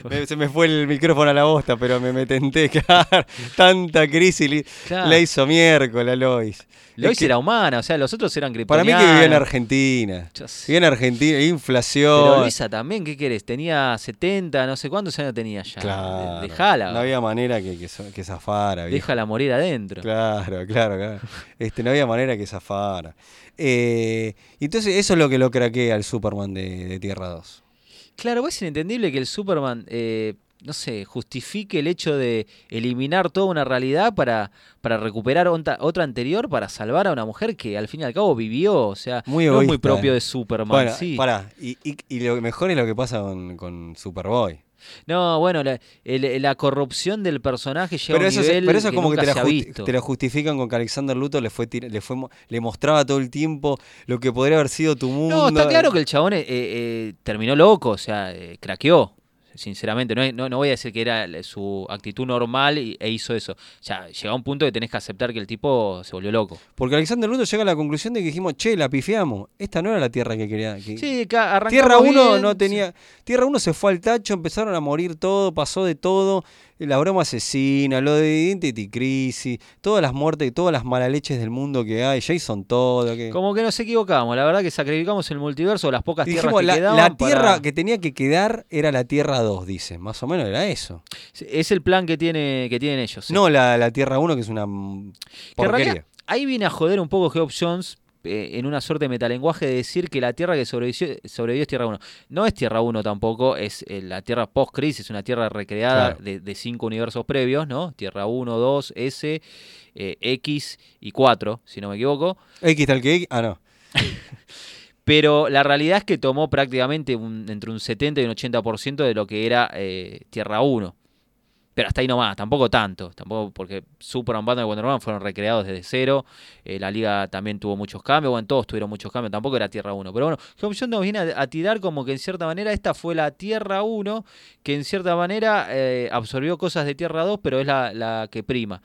Speaker 1: me- se me fue el micrófono a la bosta, pero me, me tenté, claro. Tanta crisis le,
Speaker 2: Claro.
Speaker 1: la hizo miércoles a Lois.
Speaker 2: Lois
Speaker 1: Es que
Speaker 2: era humana, o sea, los otros eran
Speaker 1: Para
Speaker 2: criptonianos.
Speaker 1: mí que vivía en Argentina.
Speaker 2: Ya sé.
Speaker 1: Vivía en Argentina,
Speaker 2: Pero
Speaker 1: inflación.
Speaker 2: Luisa también, ¿qué querés? Tenía 70, no sé cuántos años tenía ya.
Speaker 1: Claro.
Speaker 2: De- Dejala.
Speaker 1: No había manera que, que, so- que zafara. viejo.
Speaker 2: Déjala morir adentro.
Speaker 1: Claro, claro, claro. Este, no había manera que zafara. Eh, entonces, eso es lo que lo craquea al Superman de, de Tierra 2.
Speaker 2: Claro, pues es inentendible que el Superman, eh, no sé, justifique el hecho de eliminar toda una realidad para, para recuperar onta- otra anterior, para salvar a una mujer que al fin y al cabo vivió. O sea,
Speaker 1: Muy
Speaker 2: no es muy
Speaker 1: egoísta,
Speaker 2: propio
Speaker 1: eh.
Speaker 2: de Superman.
Speaker 1: Bueno,
Speaker 2: sí.
Speaker 1: pará. Y, y- y lo mejor es lo que pasa con, con Superboy.
Speaker 2: No, bueno, la, el- la corrupción del personaje llega
Speaker 1: Pero
Speaker 2: a un
Speaker 1: eso, se-
Speaker 2: nivel
Speaker 1: pero eso es
Speaker 2: que
Speaker 1: como que
Speaker 2: nunca
Speaker 1: te, la
Speaker 2: se ha
Speaker 1: justi-
Speaker 2: visto.
Speaker 1: te la justifican con que Alexander Luthor le, fue, tir- le, fue, mo- le mostraba todo el tiempo lo que podría haber sido tu mundo.
Speaker 2: No, está claro que el chabón eh, eh, terminó loco, o sea, eh, craqueó. Sinceramente, no, es- no, no voy a decir que era la- su actitud normal y- e hizo eso. O sea, llega un punto que tenés que aceptar que el tipo se volvió loco.
Speaker 1: Porque Alexander Luthor llega a la conclusión de que dijimos, che, la pifiamos. Esta no era la tierra que quería. que-
Speaker 2: Sí, ca- arrancamos
Speaker 1: Tierra 1
Speaker 2: bien,
Speaker 1: no
Speaker 2: sí.
Speaker 1: tenía. Tierra 1 se fue al tacho, empezaron a morir todo, pasó de todo. La broma asesina, lo de Identity Crisis, todas las muertes, todas las malas leches del mundo que hay, Jason todo. Que...
Speaker 2: Como que nos equivocamos, la verdad que sacrificamos el multiverso, las pocas tierras
Speaker 1: Dijimos,
Speaker 2: que
Speaker 1: la,
Speaker 2: quedaban.
Speaker 1: la tierra
Speaker 2: para-
Speaker 1: que tenía que quedar era la Tierra 2, dicen. Más o menos era eso.
Speaker 2: Es el plan que, tiene, que tienen ellos. sí.
Speaker 1: No la, la Tierra 1, que es una mm,
Speaker 2: Que en
Speaker 1: porquería.
Speaker 2: realidad, ahí viene a joder un poco Geoff Jones eh, en una suerte de metalenguaje de decir que la Tierra que sobrevivió, sobrevivió es Tierra 1. No es Tierra 1 tampoco, es eh, la Tierra post-crisis, es una Tierra recreada
Speaker 1: Claro.
Speaker 2: de, de cinco universos previos, ¿no? Tierra 1, 2, S, eh, X y 4, si no me equivoco.
Speaker 1: X tal que X. Ah, no.
Speaker 2: Pero la realidad es que tomó prácticamente un- entre un 70 y un 80% de lo que era eh, Tierra 1. Pero hasta ahí nomás, tampoco tanto. Tampoco porque Superman, Batman y Wonder Woman fueron recreados desde cero. eh, la liga también tuvo muchos cambios. Bueno, todos tuvieron muchos cambios. Tampoco era Tierra 1. Pero bueno, Geoff Jones nos viene a, a tirar como que en cierta manera esta fue la Tierra 1 que en cierta manera eh, absorbió cosas de Tierra 2, pero es la, la que prima.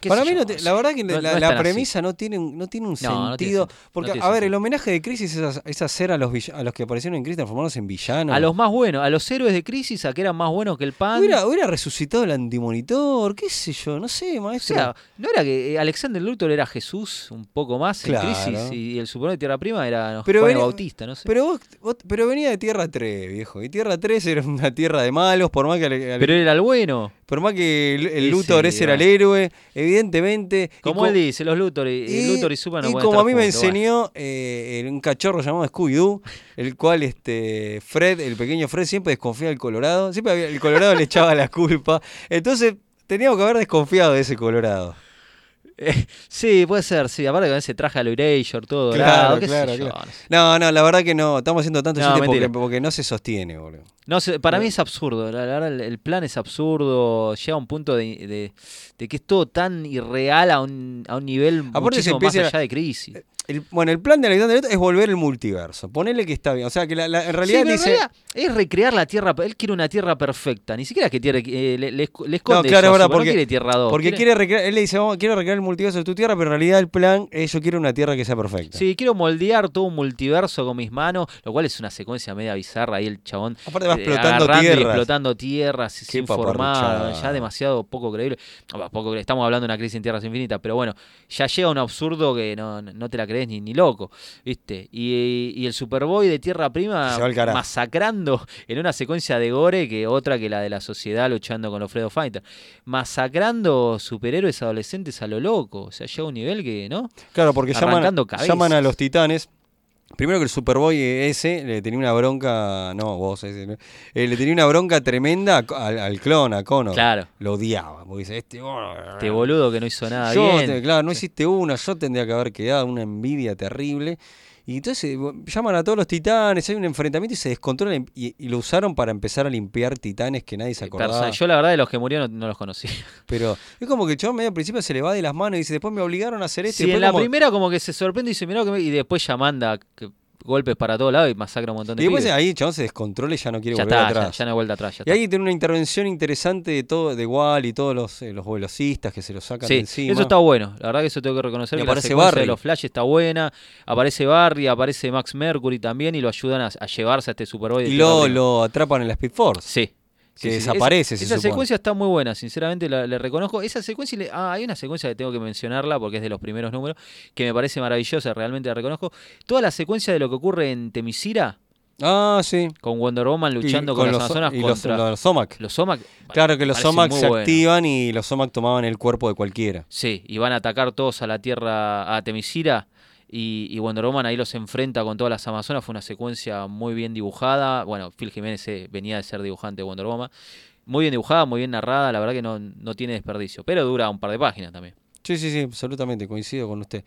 Speaker 2: ¿Qué
Speaker 1: Para
Speaker 2: sé
Speaker 1: mí,
Speaker 2: yo?
Speaker 1: no te- la
Speaker 2: sé.
Speaker 1: verdad que
Speaker 2: No-
Speaker 1: la,
Speaker 2: no es
Speaker 1: la
Speaker 2: tan así.
Speaker 1: premisa no tiene, un- no tiene un
Speaker 2: No, no tiene
Speaker 1: sentido.
Speaker 2: sentido.
Speaker 1: Porque,
Speaker 2: No tiene
Speaker 1: a ver, el
Speaker 2: sentido.
Speaker 1: homenaje de Crisis es, es hacer a los, vill- a los que aparecieron en Crisis transformarlos en villanos.
Speaker 2: A los más buenos, a los héroes de crisis, a que eran más buenos que el pan.
Speaker 1: Hubiera, hubiera resucitado el antimonitor, qué sé yo, no sé,
Speaker 2: O
Speaker 1: maestro.
Speaker 2: sea, ¿no era que eh, Alexander Luthor era Jesús un poco más
Speaker 1: Claro.
Speaker 2: en crisis y el Superman de Tierra Prima era no,
Speaker 1: Pero
Speaker 2: Juan el
Speaker 1: venía-
Speaker 2: Bautista, no sé? Pero,
Speaker 1: pero, vos- vos- pero venía de Tierra 3, viejo. Y Tierra 3 era una tierra de malos, por más que, ale- ale-
Speaker 2: él era el bueno.
Speaker 1: por más que el, el
Speaker 2: Ese,
Speaker 1: Luthor ese era el
Speaker 2: digamos.
Speaker 1: héroe, evidentemente. y
Speaker 2: Como
Speaker 1: co-
Speaker 2: él dice, los Luthor y,
Speaker 1: y-
Speaker 2: Luthor y Superman no
Speaker 1: y
Speaker 2: pueden
Speaker 1: como a
Speaker 2: estar
Speaker 1: mí me
Speaker 2: juntos, bueno.
Speaker 1: enseñó eh, en un cachorro llamado Scooby-Doo, el cual este Fred, el pequeño Fred, siempre desconfía del Colorado. Siempre había- el Colorado le echaba la culpa. Entonces, teníamos que haber desconfiado de ese Colorado.
Speaker 2: Eh, sí, puede ser, sí. Aparte con ese traje a lo Erasure, todo
Speaker 1: Claro,
Speaker 2: dorado, qué sé
Speaker 1: claro,
Speaker 2: yo,
Speaker 1: claro.
Speaker 2: no sé.
Speaker 1: No, no, la verdad que no. Estamos haciendo tanto
Speaker 2: No,
Speaker 1: chiste porque,
Speaker 2: mentira.
Speaker 1: porque no se sostiene, boludo.
Speaker 2: No sé, para mí es absurdo, la verdad el, el plan es absurdo, llega a un punto de, de- de que es todo tan irreal a un, a un nivel
Speaker 1: Aparte se
Speaker 2: muchísimo más
Speaker 1: empieza-
Speaker 2: allá de crisis.
Speaker 1: El- bueno, el plan de Alexander Leto es volver el multiverso. Ponele que está bien. O sea, que la- la- en realidad
Speaker 2: Sí, pero en
Speaker 1: dice.
Speaker 2: realidad es recrear la tierra, él quiere una tierra perfecta, ni siquiera que tiene, eh, le, le esco- le esconde
Speaker 1: No, claro,
Speaker 2: eso,
Speaker 1: ahora
Speaker 2: pero no
Speaker 1: porque-
Speaker 2: quiere tierra 2.
Speaker 1: Porque quiere recrear, él le dice, "Vamos, quiero recrear el multiverso de tu tierra, pero en realidad el plan es yo quiero una tierra que sea perfecta.
Speaker 2: Sí, quiero moldear todo un multiverso con mis manos, lo cual es una secuencia media bizarra ahí el chabón
Speaker 1: Aparte va
Speaker 2: eh,
Speaker 1: explotando
Speaker 2: agarrando y
Speaker 1: tierras.
Speaker 2: explotando tierras sin formar,
Speaker 1: paparruchada.
Speaker 2: ya demasiado poco creíble. Ah, bah, poco creíble, Estamos hablando de una crisis en tierras infinitas, pero bueno, ya llega un absurdo que no, no te la crees ni, ni loco, ¿viste? Y, y el Superboy de Tierra Prima
Speaker 1: Se va al carajo.
Speaker 2: masacrando en una secuencia de gore que otra que la de la sociedad luchando con los Fredo Fighter, masacrando superhéroes adolescentes a lo loco, o sea, llega a un nivel que, ¿no?
Speaker 1: Claro, porque llaman,
Speaker 2: Arrancando cabezas.
Speaker 1: llaman a los titanes. Primero que el Superboy ese le tenía una bronca. No, vos ese. ¿no? Eh, le tenía una bronca tremenda a- al, al clon, a Connor.
Speaker 2: Claro.
Speaker 1: Lo odiaba. Porque dice, este.
Speaker 2: Este boludo que no hizo nada
Speaker 1: yo,
Speaker 2: bien.
Speaker 1: te- claro, no hiciste una, yo tendría que haber quedado una envidia terrible. Y entonces bo- llaman a todos los titanes, hay un enfrentamiento y se descontrola y, y lo usaron para empezar a limpiar titanes que nadie se acordaba.
Speaker 2: Persa- yo la verdad de los que murieron no, no los conocí.
Speaker 1: Pero es como que el chabón medio al principio se le va de las manos y dice, después me obligaron a hacer esto. y
Speaker 2: Sí, en
Speaker 1: después
Speaker 2: la
Speaker 1: como-
Speaker 2: primera como que se sorprende y dice, mirá, que me-", y después ya manda que- golpes para todos lados y masacra un montón
Speaker 1: y
Speaker 2: de
Speaker 1: después
Speaker 2: pibes.
Speaker 1: ahí el chabón se descontrola y ya no quiere
Speaker 2: ya
Speaker 1: volver
Speaker 2: está, ya,
Speaker 1: atrás.
Speaker 2: ya no hay vuelta atrás. ya
Speaker 1: y ahí tiene una intervención interesante de todo, de Wall y todos los, eh, los velocistas que se lo
Speaker 2: está.
Speaker 1: sacan
Speaker 2: Sí,
Speaker 1: de encima.
Speaker 2: eso está bueno. La verdad que eso tengo que reconocer.
Speaker 1: Y
Speaker 2: que la
Speaker 1: aparece
Speaker 2: secuencia de
Speaker 1: Barry.
Speaker 2: los Flash está buena. Aparece Barry, aparece Max Mercury también y lo ayudan a, a llevarse a este Superboy. de
Speaker 1: y
Speaker 2: Tierra
Speaker 1: lo,
Speaker 2: Prima.
Speaker 1: lo atrapan en la Speed Force.
Speaker 2: Sí.
Speaker 1: Que desaparece,
Speaker 2: Esa,
Speaker 1: se
Speaker 2: esa
Speaker 1: supone.
Speaker 2: secuencia está muy buena, sinceramente la- le reconozco. Esa secuencia, y le- ah, hay una secuencia que tengo que mencionarla porque es de los primeros números, que me parece maravillosa, realmente la reconozco. Toda la secuencia de lo que ocurre en Temisira,
Speaker 1: Ah, sí.
Speaker 2: con Wonder Woman luchando
Speaker 1: Y
Speaker 2: con, las
Speaker 1: los-
Speaker 2: Amazonas
Speaker 1: y los,
Speaker 2: contra los,
Speaker 1: los Zomac.
Speaker 2: Zomac.
Speaker 1: Claro que los
Speaker 2: parece
Speaker 1: Zomac
Speaker 2: muy
Speaker 1: se
Speaker 2: bueno.
Speaker 1: activan y los Zomac tomaban el cuerpo de cualquiera.
Speaker 2: Sí, y van a atacar todos a la tierra, a Temisira. Y, y Wonder Woman ahí los enfrenta con todas las Amazonas. Fue una secuencia muy bien dibujada. Bueno, Phil Jiménez eh, venía de ser dibujante de Wonder Woman. Muy bien dibujada, muy bien narrada. La verdad que no, no tiene desperdicio. Pero dura un par de páginas también.
Speaker 1: Sí, sí, sí, absolutamente, coincido con usted.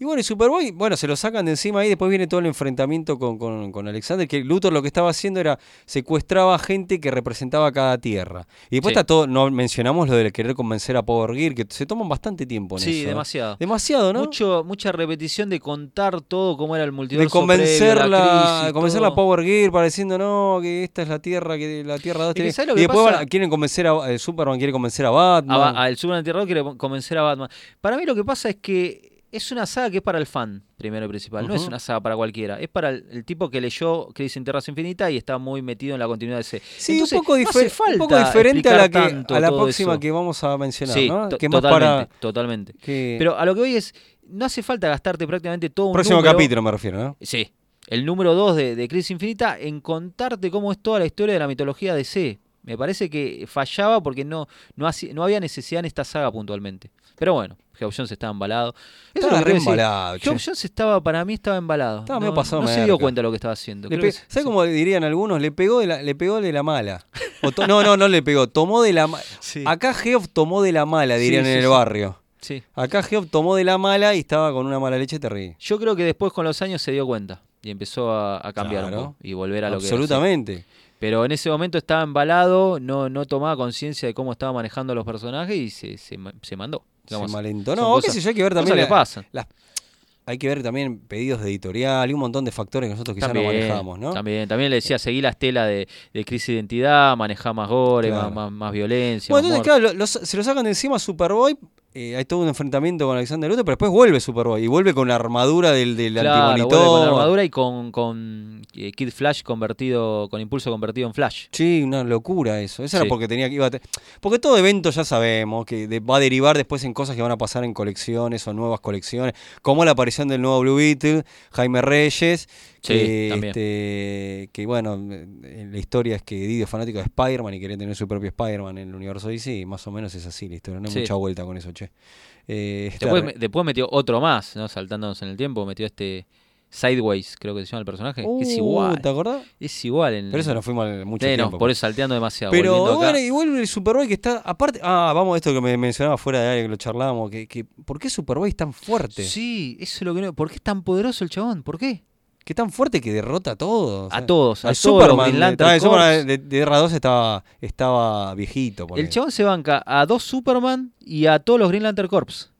Speaker 1: Y bueno, y Superboy, bueno, se lo sacan de encima y después viene todo el enfrentamiento con, con, con Alexander, que Luthor lo que estaba haciendo era secuestraba gente que representaba cada tierra. Y después
Speaker 2: Sí.
Speaker 1: está todo, no mencionamos lo de querer convencer a Power Gear, que se toman bastante tiempo en eso.
Speaker 2: Sí,
Speaker 1: ¿eh?
Speaker 2: demasiado.
Speaker 1: Demasiado, ¿no?
Speaker 2: Mucho, mucha repetición de contar todo cómo era el
Speaker 1: de
Speaker 2: multiverso. previo, la
Speaker 1: convencerla,
Speaker 2: crisis,
Speaker 1: convencerla a
Speaker 2: todo.
Speaker 1: Power Gear pareciendo no, que esta es la tierra, que la tierra 2
Speaker 2: Es que
Speaker 1: tiene.
Speaker 2: ¿sabes lo
Speaker 1: y
Speaker 2: que
Speaker 1: después van a-
Speaker 2: pasa?
Speaker 1: quieren convencer a eh, Superman, quiere convencer a Batman.
Speaker 2: a Ba- al Superman Antirrock quiere convencer a Batman. Para mí lo que pasa es que es una saga que es para el fan, primero y principal. No es
Speaker 1: Ujú.
Speaker 2: una saga para cualquiera. Es para el, el tipo que leyó Crisis en Terras Infinitas y está muy metido en la continuidad de ese.
Speaker 1: Sí,
Speaker 2: Entonces,
Speaker 1: un, poco
Speaker 2: no
Speaker 1: difer-
Speaker 2: hace
Speaker 1: un poco
Speaker 2: falta
Speaker 1: diferente a la,
Speaker 2: explicar
Speaker 1: que,
Speaker 2: tanto
Speaker 1: a la
Speaker 2: todo
Speaker 1: próxima
Speaker 2: eso.
Speaker 1: que vamos a mencionar,
Speaker 2: Sí,
Speaker 1: ¿no?
Speaker 2: to-
Speaker 1: Que es más
Speaker 2: totalmente,
Speaker 1: para
Speaker 2: totalmente.
Speaker 1: que-
Speaker 2: Pero a lo que voy es, no hace falta gastarte prácticamente todo un
Speaker 1: próximo
Speaker 2: número-
Speaker 1: capítulo me refiero, ¿no?
Speaker 2: Sí. El número 2 de, de Crisis Infinita en contarte cómo es toda la historia de la mitología de C. Me parece que fallaba porque no, no, hacía- no había necesidad en esta saga puntualmente. Pero bueno, Geoff Jones estaba embalado. Eso
Speaker 1: Estaba
Speaker 2: es lo que
Speaker 1: re
Speaker 2: te iba a decir.
Speaker 1: embalado, che.
Speaker 2: Geoff Jones estaba, para mí estaba embalado.
Speaker 1: Estaba
Speaker 2: no
Speaker 1: medio pasado
Speaker 2: no se dio
Speaker 1: merca.
Speaker 2: cuenta de lo que estaba haciendo.
Speaker 1: Le
Speaker 2: Creo que
Speaker 1: pe- ¿Sabes
Speaker 2: sí.
Speaker 1: cómo dirían algunos? Le pegó de la, le pegó de la mala. O to- no, no, no le pegó. Tomó de la mala.
Speaker 2: Sí.
Speaker 1: Acá Geoff tomó de la mala,
Speaker 2: Sí,
Speaker 1: dirían
Speaker 2: sí,
Speaker 1: en el
Speaker 2: sí.
Speaker 1: barrio.
Speaker 2: Sí.
Speaker 1: Acá Geoff tomó de la mala y estaba con una mala leche terrible.
Speaker 2: Yo creo que después con los años se dio cuenta y empezó a, a cambiar un
Speaker 1: Claro.
Speaker 2: poco y volver a lo que era Zed.
Speaker 1: Absolutamente.
Speaker 2: Pero en ese momento estaba embalado, no, no tomaba conciencia de cómo estaba manejando a los personajes y se, se, ma- se mandó.
Speaker 1: Se
Speaker 2: digamos.
Speaker 1: malentó.
Speaker 2: Son
Speaker 1: No, qué
Speaker 2: cosas-
Speaker 1: sé yo, hay que ver
Speaker 2: cosas
Speaker 1: también.
Speaker 2: que
Speaker 1: la-
Speaker 2: pasan.
Speaker 1: las- hay que ver también pedidos de editorial y un montón de factores que nosotros quizás no manejamos, ¿no?
Speaker 2: también, también le decía, seguí la estela de, de crisis de identidad, manejá más gore,
Speaker 1: Claro.
Speaker 2: más, más, más violencia.
Speaker 1: Bueno,
Speaker 2: más
Speaker 1: entonces,
Speaker 2: muerte.
Speaker 1: claro, lo- lo- se lo sacan de encima a Superboy. eh, hay todo un enfrentamiento con Alexander Luthor, pero después vuelve Superboy. Y vuelve con la armadura del, del
Speaker 2: Claro,
Speaker 1: antimonitor.
Speaker 2: vuelve con la armadura y con, con eh, Kid Flash convertido, con impulso convertido en Flash.
Speaker 1: Sí, una locura eso. Eso era
Speaker 2: Sí.
Speaker 1: porque tenía que iba a te- porque todo evento ya sabemos que de- va a derivar después en cosas que van a pasar en colecciones o nuevas colecciones, como la aparición del nuevo Blue Beetle, Jaime Reyes,
Speaker 2: Sí,
Speaker 1: que,
Speaker 2: también.
Speaker 1: este, que, bueno, eh, la historia es que Didi es fanático de Spider-Man y quería tener su propio Spider-Man en el universo DC, más o menos es así la historia, no hay
Speaker 2: Sí.
Speaker 1: mucha vuelta con eso, che. Eh, está
Speaker 2: Después,
Speaker 1: re-
Speaker 2: me- después metió otro más, ¿no? saltándonos en el tiempo, metió este Sideways, creo que se llama el personaje. que es
Speaker 1: Uh,
Speaker 2: igual.
Speaker 1: ¿te acordás?
Speaker 2: Es igual en.
Speaker 1: Pero eso nos fuimos al- mucho
Speaker 2: Sí, no,
Speaker 1: tiempo.
Speaker 2: por eso salteando demasiado.
Speaker 1: Pero
Speaker 2: volviendo acá.
Speaker 1: bueno, y vuelve el Superboy que está. Aparte. Ah, vamos a esto que me mencionaba fuera de área que lo charlábamos. Que, que, ¿Por qué Superboy es tan fuerte?
Speaker 2: Sí, eso es lo que no. ¿Por qué es tan poderoso el chabón? ¿Por qué?
Speaker 1: Que tan fuerte que derrota a todos. o
Speaker 2: A
Speaker 1: sea,
Speaker 2: todos, a
Speaker 1: al
Speaker 2: todos los
Speaker 1: Superman.
Speaker 2: Green
Speaker 1: de-
Speaker 2: Lantern
Speaker 1: ah, el Superman
Speaker 2: Corps.
Speaker 1: de, de Guerra 2 estaba, estaba viejito. ponele.
Speaker 2: El chabón se banca a dos Superman y a todos los Green Lantern Corps.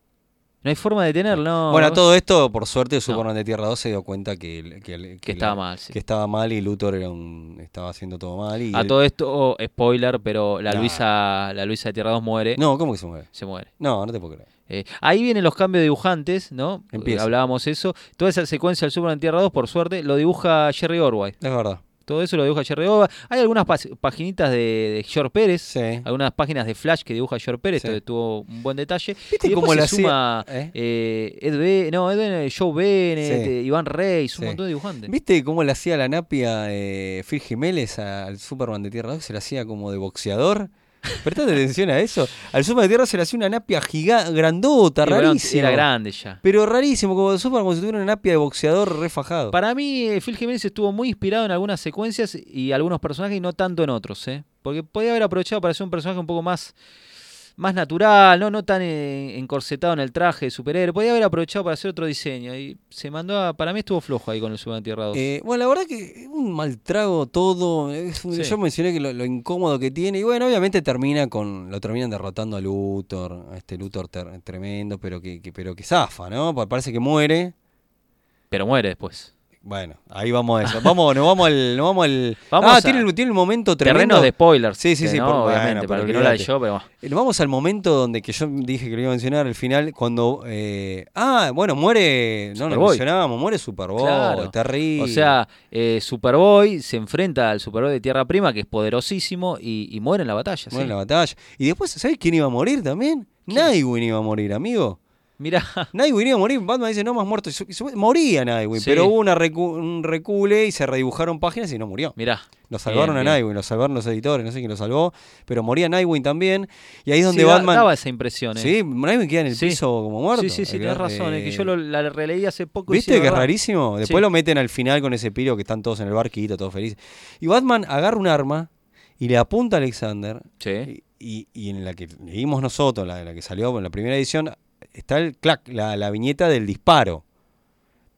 Speaker 2: No hay forma de tenerlo, no.
Speaker 1: bueno, a
Speaker 2: no-
Speaker 1: todo esto, por suerte, el Superman de Tierra 2 se dio cuenta que, el- que, el- que
Speaker 2: Que
Speaker 1: la-
Speaker 2: estaba mal, sí.
Speaker 1: que estaba mal y Luthor era un- estaba haciendo todo mal. Y
Speaker 2: A
Speaker 1: él-
Speaker 2: todo esto, oh, spoiler, pero la
Speaker 1: Nah.
Speaker 2: Luisa, la Luisa de Tierra 2 muere.
Speaker 1: No, ¿cómo que se mueve?
Speaker 2: Se muere.
Speaker 1: No, no te puedo creer.
Speaker 2: Eh, ahí vienen los cambios de dibujantes, ¿no?
Speaker 1: Empieza.
Speaker 2: Hablábamos eso. Toda esa secuencia del Superman Tierra 2, por suerte, lo dibuja Jerry Orway.
Speaker 1: Es verdad.
Speaker 2: Todo eso lo dibuja Jerry Orway. Hay algunas pas- paginitas de, de George Pérez.
Speaker 1: Sí.
Speaker 2: Algunas páginas de Flash que dibuja George Pérez,
Speaker 1: Sí.
Speaker 2: esto tuvo un buen detalle.
Speaker 1: ¿Viste
Speaker 2: y después
Speaker 1: cómo
Speaker 2: se
Speaker 1: le hacía-
Speaker 2: suma
Speaker 1: ¿Eh?
Speaker 2: eh, Ed Be- no, Ed Bene- Joe Bennett,
Speaker 1: Sí.
Speaker 2: eh, Iván Reyes, un
Speaker 1: Sí.
Speaker 2: montón de dibujantes.
Speaker 1: ¿Viste cómo le hacía la napia eh, Phil Jiménez al Superman de Tierra 2? Se le hacía como de boxeador. Prestate atención a eso. Al Superman de Tierra se le hacía una napia gigante, grandota,
Speaker 2: Y bueno,
Speaker 1: rarísima.
Speaker 2: Era grande ya.
Speaker 1: Pero rarísimo, como el Superman como si tuviera una napia de boxeador refajado.
Speaker 2: Para mí, eh, Phil Jiménez estuvo muy inspirado en algunas secuencias y algunos personajes y no tanto en otros, ¿eh? Porque podía haber aprovechado para hacer un personaje un poco más, más natural, ¿no? no tan eh, encorsetado en el traje de superhéroe. Podía haber aprovechado para hacer otro diseño. Y se mandó a. Para mí estuvo flojo ahí con el Superman Tierra 2.
Speaker 1: Eh, bueno, la verdad que es un mal trago todo. es un-
Speaker 2: Sí.
Speaker 1: Yo mencioné que lo, lo incómodo que tiene. Y bueno, obviamente termina con. Lo terminan derrotando a Luthor. A este Luthor ter- tremendo, pero que, que- pero que zafa, ¿no? Pa- Parece que muere.
Speaker 2: Pero muere después.
Speaker 1: Bueno, ahí vamos a eso. Vamos, nos vamos al. Nos vamos al...
Speaker 2: Vamos
Speaker 1: ah,
Speaker 2: a-
Speaker 1: tiene, el, tiene el momento tremendo.
Speaker 2: Terrenos de spoilers.
Speaker 1: Sí, sí,
Speaker 2: que
Speaker 1: sí,
Speaker 2: no,
Speaker 1: por- bueno,
Speaker 2: obviamente,
Speaker 1: pero
Speaker 2: para el que no la
Speaker 1: olvídate.
Speaker 2: leyó, pero.
Speaker 1: Eh, Vamos al momento donde que yo dije que lo iba a mencionar al final. Cuando. eh, ah, bueno, muere. No lo
Speaker 2: Superboy.
Speaker 1: mencionábamos, muere Superboy.
Speaker 2: Claro.
Speaker 1: Terrible.
Speaker 2: O sea, eh, Superboy se enfrenta al Superboy de Tierra Prima, que es poderosísimo, y, y muere en la batalla.
Speaker 1: Muere en
Speaker 2: ¿sí?
Speaker 1: la batalla. Y después, ¿sabes quién iba a morir también? Nightwing iba a morir, amigo.
Speaker 2: Mirá,
Speaker 1: Nightwing iba a morir. Batman dice, no, más muerto. Y su- y su- Moría Nightwing,
Speaker 2: Sí.
Speaker 1: pero hubo una recu- un recule y se redibujaron páginas y no murió.
Speaker 2: mirá.
Speaker 1: Lo salvaron
Speaker 2: Bien,
Speaker 1: a
Speaker 2: bien.
Speaker 1: Nightwing, lo salvaron los editores, no sé quién lo salvó, pero moría Nightwing también. Y ahí es donde
Speaker 2: Sí, da-
Speaker 1: Batman...
Speaker 2: daba esa impresión, ¿eh?
Speaker 1: sí, Nightwing queda en el
Speaker 2: Sí.
Speaker 1: piso como muerto.
Speaker 2: Sí, sí, sí,
Speaker 1: El-
Speaker 2: tenés razón, es que
Speaker 1: eh,
Speaker 2: yo lo- la releí hace poco. y sí,
Speaker 1: ¿Viste que es
Speaker 2: verdad.
Speaker 1: rarísimo? Después
Speaker 2: Sí.
Speaker 1: lo meten al final con ese piro que están todos en el barquito, todos felices. Y Batman agarra un arma y le apunta a Alexander
Speaker 2: Sí.
Speaker 1: y, y en la que leímos nosotros, la, la que salió en la primera edición, está el clac, la, la viñeta del disparo.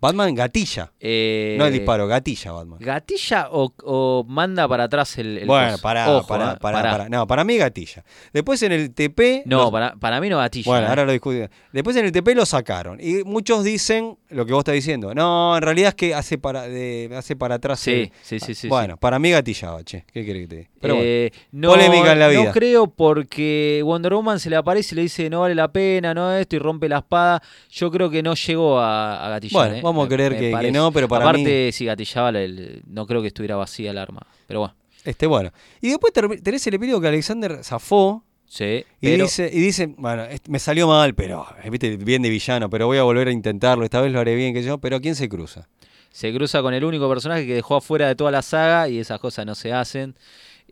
Speaker 1: Batman gatilla.
Speaker 2: Eh,
Speaker 1: no el disparo, gatilla Batman.
Speaker 2: ¿Gatilla o, o manda para atrás el. el
Speaker 1: bueno,
Speaker 2: coso?
Speaker 1: pará,
Speaker 2: Ojo,
Speaker 1: pará,
Speaker 2: eh,
Speaker 1: pará,
Speaker 2: pará.
Speaker 1: pará. No, para mí gatilla. Después en el TP.
Speaker 2: No,
Speaker 1: los-
Speaker 2: para, para mí no gatilla.
Speaker 1: Bueno,
Speaker 2: eh.
Speaker 1: ahora lo discutimos. Después en el TP lo sacaron. Y muchos dicen lo que vos estás diciendo. No, en realidad es que hace para, de- hace para atrás.
Speaker 2: Sí,
Speaker 1: el-
Speaker 2: sí, sí, sí,
Speaker 1: Bueno, para mí gatillaba, che. ¿Qué querés que te diga? Pero bueno.
Speaker 2: Eh, no,
Speaker 1: Polémica en la vida.
Speaker 2: No creo porque Wonder Woman se le aparece y le dice no vale la pena, no esto, y rompe la espada. Yo creo que no llegó a, a gatillar.
Speaker 1: Bueno,
Speaker 2: eh.
Speaker 1: vamos a
Speaker 2: Me-
Speaker 1: creer
Speaker 2: me
Speaker 1: que- que
Speaker 2: parece.
Speaker 1: no, pero para
Speaker 2: Aparte, si gatillaba, el- el- no creo que estuviera vacía el arma. Pero bueno,
Speaker 1: Este, bueno. Y después ter- tenés el epílogo que Alexander zafó.
Speaker 2: sí.
Speaker 1: Y,
Speaker 2: pero-
Speaker 1: dice, y dice, bueno, est- me salió mal, pero, eh, viste, bien de villano, pero voy a volver a intentarlo, esta vez lo haré bien, que yo, pero ¿quién se cruza?
Speaker 2: Se cruza con el único personaje que dejó afuera de toda la saga y esas cosas no se hacen.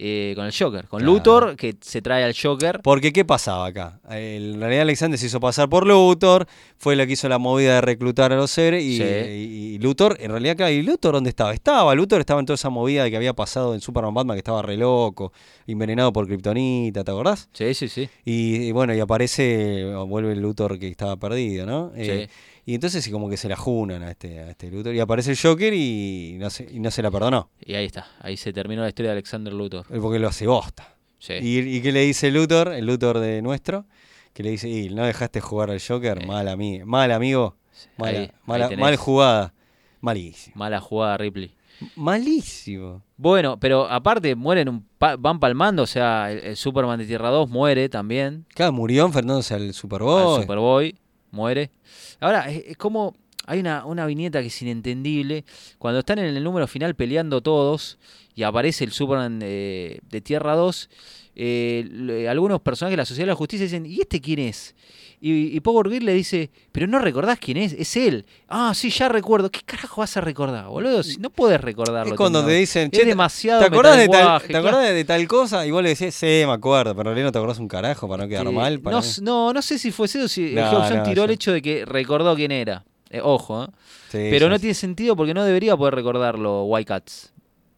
Speaker 2: eh, con el Joker. Con
Speaker 1: Claro.
Speaker 2: Luthor, que se trae al Joker.
Speaker 1: Porque, ¿qué pasaba acá? El- En realidad Alexander se hizo pasar por Luthor, fue la que hizo la movida de reclutar a los seres, y,
Speaker 2: Sí.
Speaker 1: y- y Luthor, en realidad acá, ¿y Luthor dónde estaba? Estaba, Luthor estaba en toda esa movida de que había pasado en Superman Batman, que estaba re loco, envenenado por Kryptonita, ¿te acordás?
Speaker 2: Sí, sí, sí.
Speaker 1: Y, y bueno, y aparece, o vuelve el Luthor que estaba perdido, ¿no? Eh, y entonces y como que se la junan a este, a este Luthor. Y aparece el Joker y no se, y no se la perdonó.
Speaker 2: Y ahí está. Ahí se terminó la historia de Alexander Luthor.
Speaker 1: eh, Porque lo hace bosta.
Speaker 2: Sí.
Speaker 1: ¿Y, y qué le dice Luthor, el Luthor de nuestro? Que le dice, y no dejaste jugar al Joker,
Speaker 2: Eh.
Speaker 1: mal, ami- mal amigo, mala-
Speaker 2: Ahí- ahí
Speaker 1: mala-
Speaker 2: tenés.
Speaker 1: mal jugada. Malísimo.
Speaker 2: Mala jugada, Ripley.
Speaker 1: Malísimo.
Speaker 2: Bueno, pero aparte mueren, un pa- van palmando, o sea, el, el Superman de Tierra 2 muere también,
Speaker 1: Claro, murió enfrentándose al Superboy.
Speaker 2: al Superboy muere. Ahora, es, es como, hay una, una viñeta que es inentendible, cuando están en el número final peleando todos y aparece el Superman de, de Tierra 2, eh, le- algunos personajes de la Sociedad de la Justicia dicen, ¿y este quién es? Y, y Power Girl le dice, pero no recordás quién es, es él. Ah, sí, ya recuerdo. ¿Qué carajo vas a recordar, boludo? Si no puedes recordarlo.
Speaker 1: Es cuando te
Speaker 2: terminado.
Speaker 1: dicen,
Speaker 2: Es demasiado
Speaker 1: ¿te acordás, de tal,
Speaker 2: metalenguaje,
Speaker 1: ¿te acordás de tal cosa? Y vos le decís, sí, me acuerdo, pero en realidad no te acordás un carajo para no quedar
Speaker 2: Eh,
Speaker 1: mal. Para
Speaker 2: no,
Speaker 1: mí.
Speaker 2: s- no, no sé si fue eso o si
Speaker 1: No,
Speaker 2: el Hobbson
Speaker 1: no,
Speaker 2: tiró el
Speaker 1: yo-
Speaker 2: hecho de que recordó quién era. Eh, ojo, ¿eh?
Speaker 1: Sí,
Speaker 2: Pero
Speaker 1: sí,
Speaker 2: no
Speaker 1: sí.
Speaker 2: tiene sentido porque no debería poder recordarlo White Cats.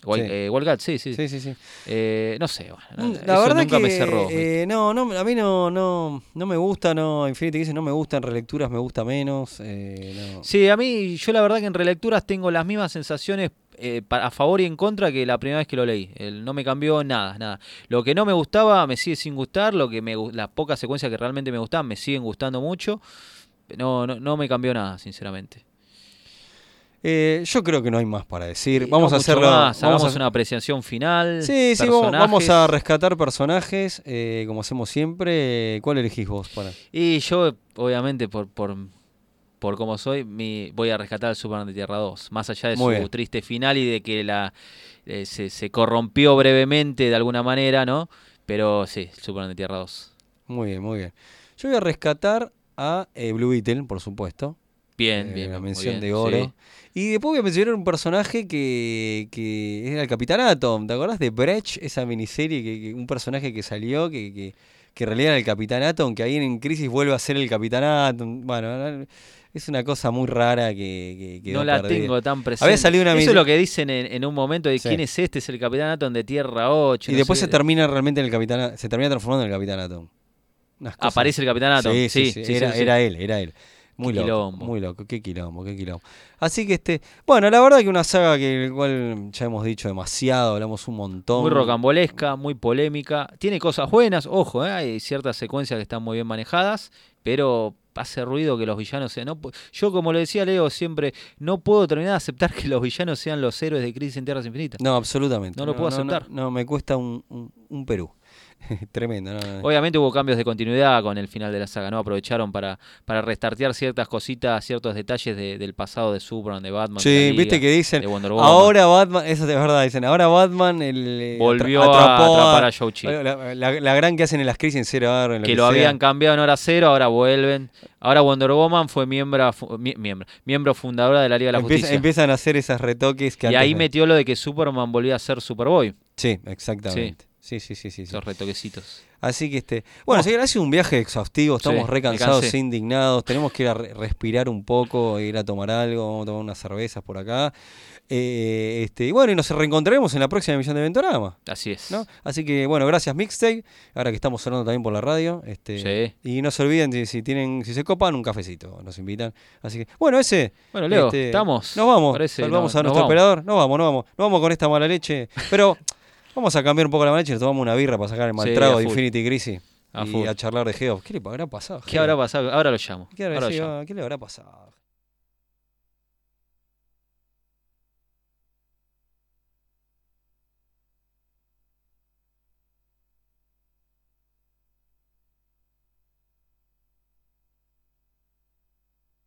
Speaker 2: Wild-
Speaker 1: Sí.
Speaker 2: eh, Wildcat, sí, sí.
Speaker 1: Sí, sí, sí. Mm,
Speaker 2: Eh, no sé, bueno. no-
Speaker 1: La
Speaker 2: eso
Speaker 1: verdad
Speaker 2: nunca
Speaker 1: que
Speaker 2: me cerró.
Speaker 1: eh, no, no, a mí no, no, no me gusta, no, Infinity dice no me gustan relecturas, me gusta menos. eh, no.
Speaker 2: Sí, a mí, yo la verdad que en relecturas tengo las mismas sensaciones eh, pa- a favor y en contra que la primera vez que lo leí. El- no me cambió nada, nada. Lo que no me gustaba me sigue sin gustar, lo que me gu- las pocas secuencias que realmente me gustaban me siguen gustando mucho. No, no, no me cambió nada, sinceramente.
Speaker 1: Eh, yo creo que no hay más para decir.
Speaker 2: Eh,
Speaker 1: Vamos
Speaker 2: no
Speaker 1: a
Speaker 2: mucho
Speaker 1: hacerlo.
Speaker 2: más,
Speaker 1: vamos
Speaker 2: hagamos
Speaker 1: a
Speaker 2: una apreciación final.
Speaker 1: Sí, sí, vamos- vamos
Speaker 2: personajes.
Speaker 1: a rescatar personajes, eh, como hacemos siempre. ¿Cuál elegís vos para?
Speaker 2: Y yo, obviamente, por, por, por cómo soy, mi, voy a rescatar al Superman de Tierra 2. Más allá de
Speaker 1: Muy
Speaker 2: su
Speaker 1: bien.
Speaker 2: triste final y de que la eh, se, se corrompió brevemente de alguna manera, ¿no? Pero sí, Superman de Tierra 2.
Speaker 1: Muy bien, muy bien. Yo voy a rescatar a eh, Blue Beetle, por supuesto.
Speaker 2: Bien,
Speaker 1: Eh,
Speaker 2: bien.
Speaker 1: La
Speaker 2: muy
Speaker 1: mención
Speaker 2: bien,
Speaker 1: de oro.
Speaker 2: sí.
Speaker 1: Y después voy a mencionar un personaje que, que era el Capitán Atom. ¿Te acordás de Brecht? Esa miniserie, que, que un personaje que salió, que, que, que en realidad era el Capitán Atom, que ahí en Crisis vuelve a ser el Capitán Atom. Bueno, es una cosa muy rara que... que quedó
Speaker 2: No la
Speaker 1: perdida.
Speaker 2: tengo tan presente.
Speaker 1: salido una
Speaker 2: Eso
Speaker 1: mini-
Speaker 2: es lo que dicen en, en un momento de
Speaker 1: Sí.
Speaker 2: quién es este, es el Capitán Atom de Tierra 8.
Speaker 1: Y
Speaker 2: no
Speaker 1: después
Speaker 2: sé.
Speaker 1: se termina realmente en el Capitán A- se termina transformando en el Capitán Atom. Unas cosas-
Speaker 2: Aparece el Capitán Atom.
Speaker 1: Sí, sí, sí, era,
Speaker 2: sí, sí.
Speaker 1: era él, era él. Muy
Speaker 2: Qué
Speaker 1: loco,
Speaker 2: quilombo.
Speaker 1: muy loco, qué quilombo, qué quilombo. Así que este, bueno, la verdad que una saga que el cual ya hemos dicho demasiado, hablamos un montón.
Speaker 2: Muy rocambolesca, muy polémica. Tiene cosas buenas, ojo, ¿eh? hay ciertas secuencias que están muy bien manejadas, pero hace ruido que los villanos sean. no pu- yo, como le decía Leo siempre, no puedo terminar de aceptar que los villanos sean los héroes de Crisis en Tierras Infinitas.
Speaker 1: No, absolutamente.
Speaker 2: No lo puedo aceptar.
Speaker 1: No, me cuesta un, un- un Perú. Tremendo, no, no, no.
Speaker 2: Obviamente hubo cambios de continuidad con el final de la saga, ¿no? Aprovecharon para, para restartear ciertas cositas, ciertos detalles de- del pasado de Superman, de Batman. de la
Speaker 1: Sí, viste
Speaker 2: Liga,
Speaker 1: que dicen,
Speaker 2: de Wonder Woman.
Speaker 1: ahora Batman, eso es verdad, dicen, ahora Batman el, eh,
Speaker 2: volvió
Speaker 1: atra-
Speaker 2: a
Speaker 1: atrapó
Speaker 2: atrapar a Shouchi.
Speaker 1: la, la- la gran que hacen en las crisis en Zero Hour, en
Speaker 2: que lo
Speaker 1: sea.
Speaker 2: habían cambiado en hora cero, ahora vuelven. Ahora Wonder Woman fue miembro, fu- mie- miembro, miembro fundadora de la Liga de la
Speaker 1: Empieza-
Speaker 2: Justicia.
Speaker 1: empiezan a hacer esos retoques que
Speaker 2: y
Speaker 1: antes
Speaker 2: ahí
Speaker 1: no-
Speaker 2: metió lo de que Superman volvía a ser Superboy.
Speaker 1: Sí, exactamente. Sí, sí, sí, sí. sí.
Speaker 2: Esos retoquecitos.
Speaker 1: Así que este. Bueno, señor, ha sido un viaje exhaustivo, estamos
Speaker 2: Oh. Sí,
Speaker 1: re
Speaker 2: me
Speaker 1: cansados,
Speaker 2: cansé.
Speaker 1: indignados, tenemos que ir a re- respirar un poco, ir a tomar algo, vamos a tomar unas cervezas por acá. Eh, este, y bueno, y nos reencontraremos en la próxima emisión de Ventorama.
Speaker 2: Así es.
Speaker 1: ¿no? Así que bueno, gracias Mixtape, ahora que estamos sonando también por la radio. Este, Y no se olviden si, si tienen, si se copan, un cafecito, nos invitan. Así que, bueno, ese.
Speaker 2: Bueno, Leo,
Speaker 1: este,
Speaker 2: estamos.
Speaker 1: Nos vamos.
Speaker 2: Parece,
Speaker 1: Salvamos
Speaker 2: no-
Speaker 1: a
Speaker 2: nos
Speaker 1: nuestro
Speaker 2: vamos.
Speaker 1: operador. Nos vamos, nos vamos. Nos vamos con esta mala leche. Pero vamos a cambiar un poco la mala leche. Nos tomamos una birra para sacar el mal
Speaker 2: Sí,
Speaker 1: trago
Speaker 2: a
Speaker 1: de
Speaker 2: full.
Speaker 1: Infinity Crisis.
Speaker 2: A
Speaker 1: y
Speaker 2: full.
Speaker 1: a charlar de Geoff. ¿Qué le habrá pasado?
Speaker 2: ¿Qué
Speaker 1: Geoff?
Speaker 2: habrá pasado? Ahora lo llamo.
Speaker 1: ¿Qué habrá-
Speaker 2: Ahora lo
Speaker 1: sí,
Speaker 2: llamo.
Speaker 1: ¿Qué le habrá pasado?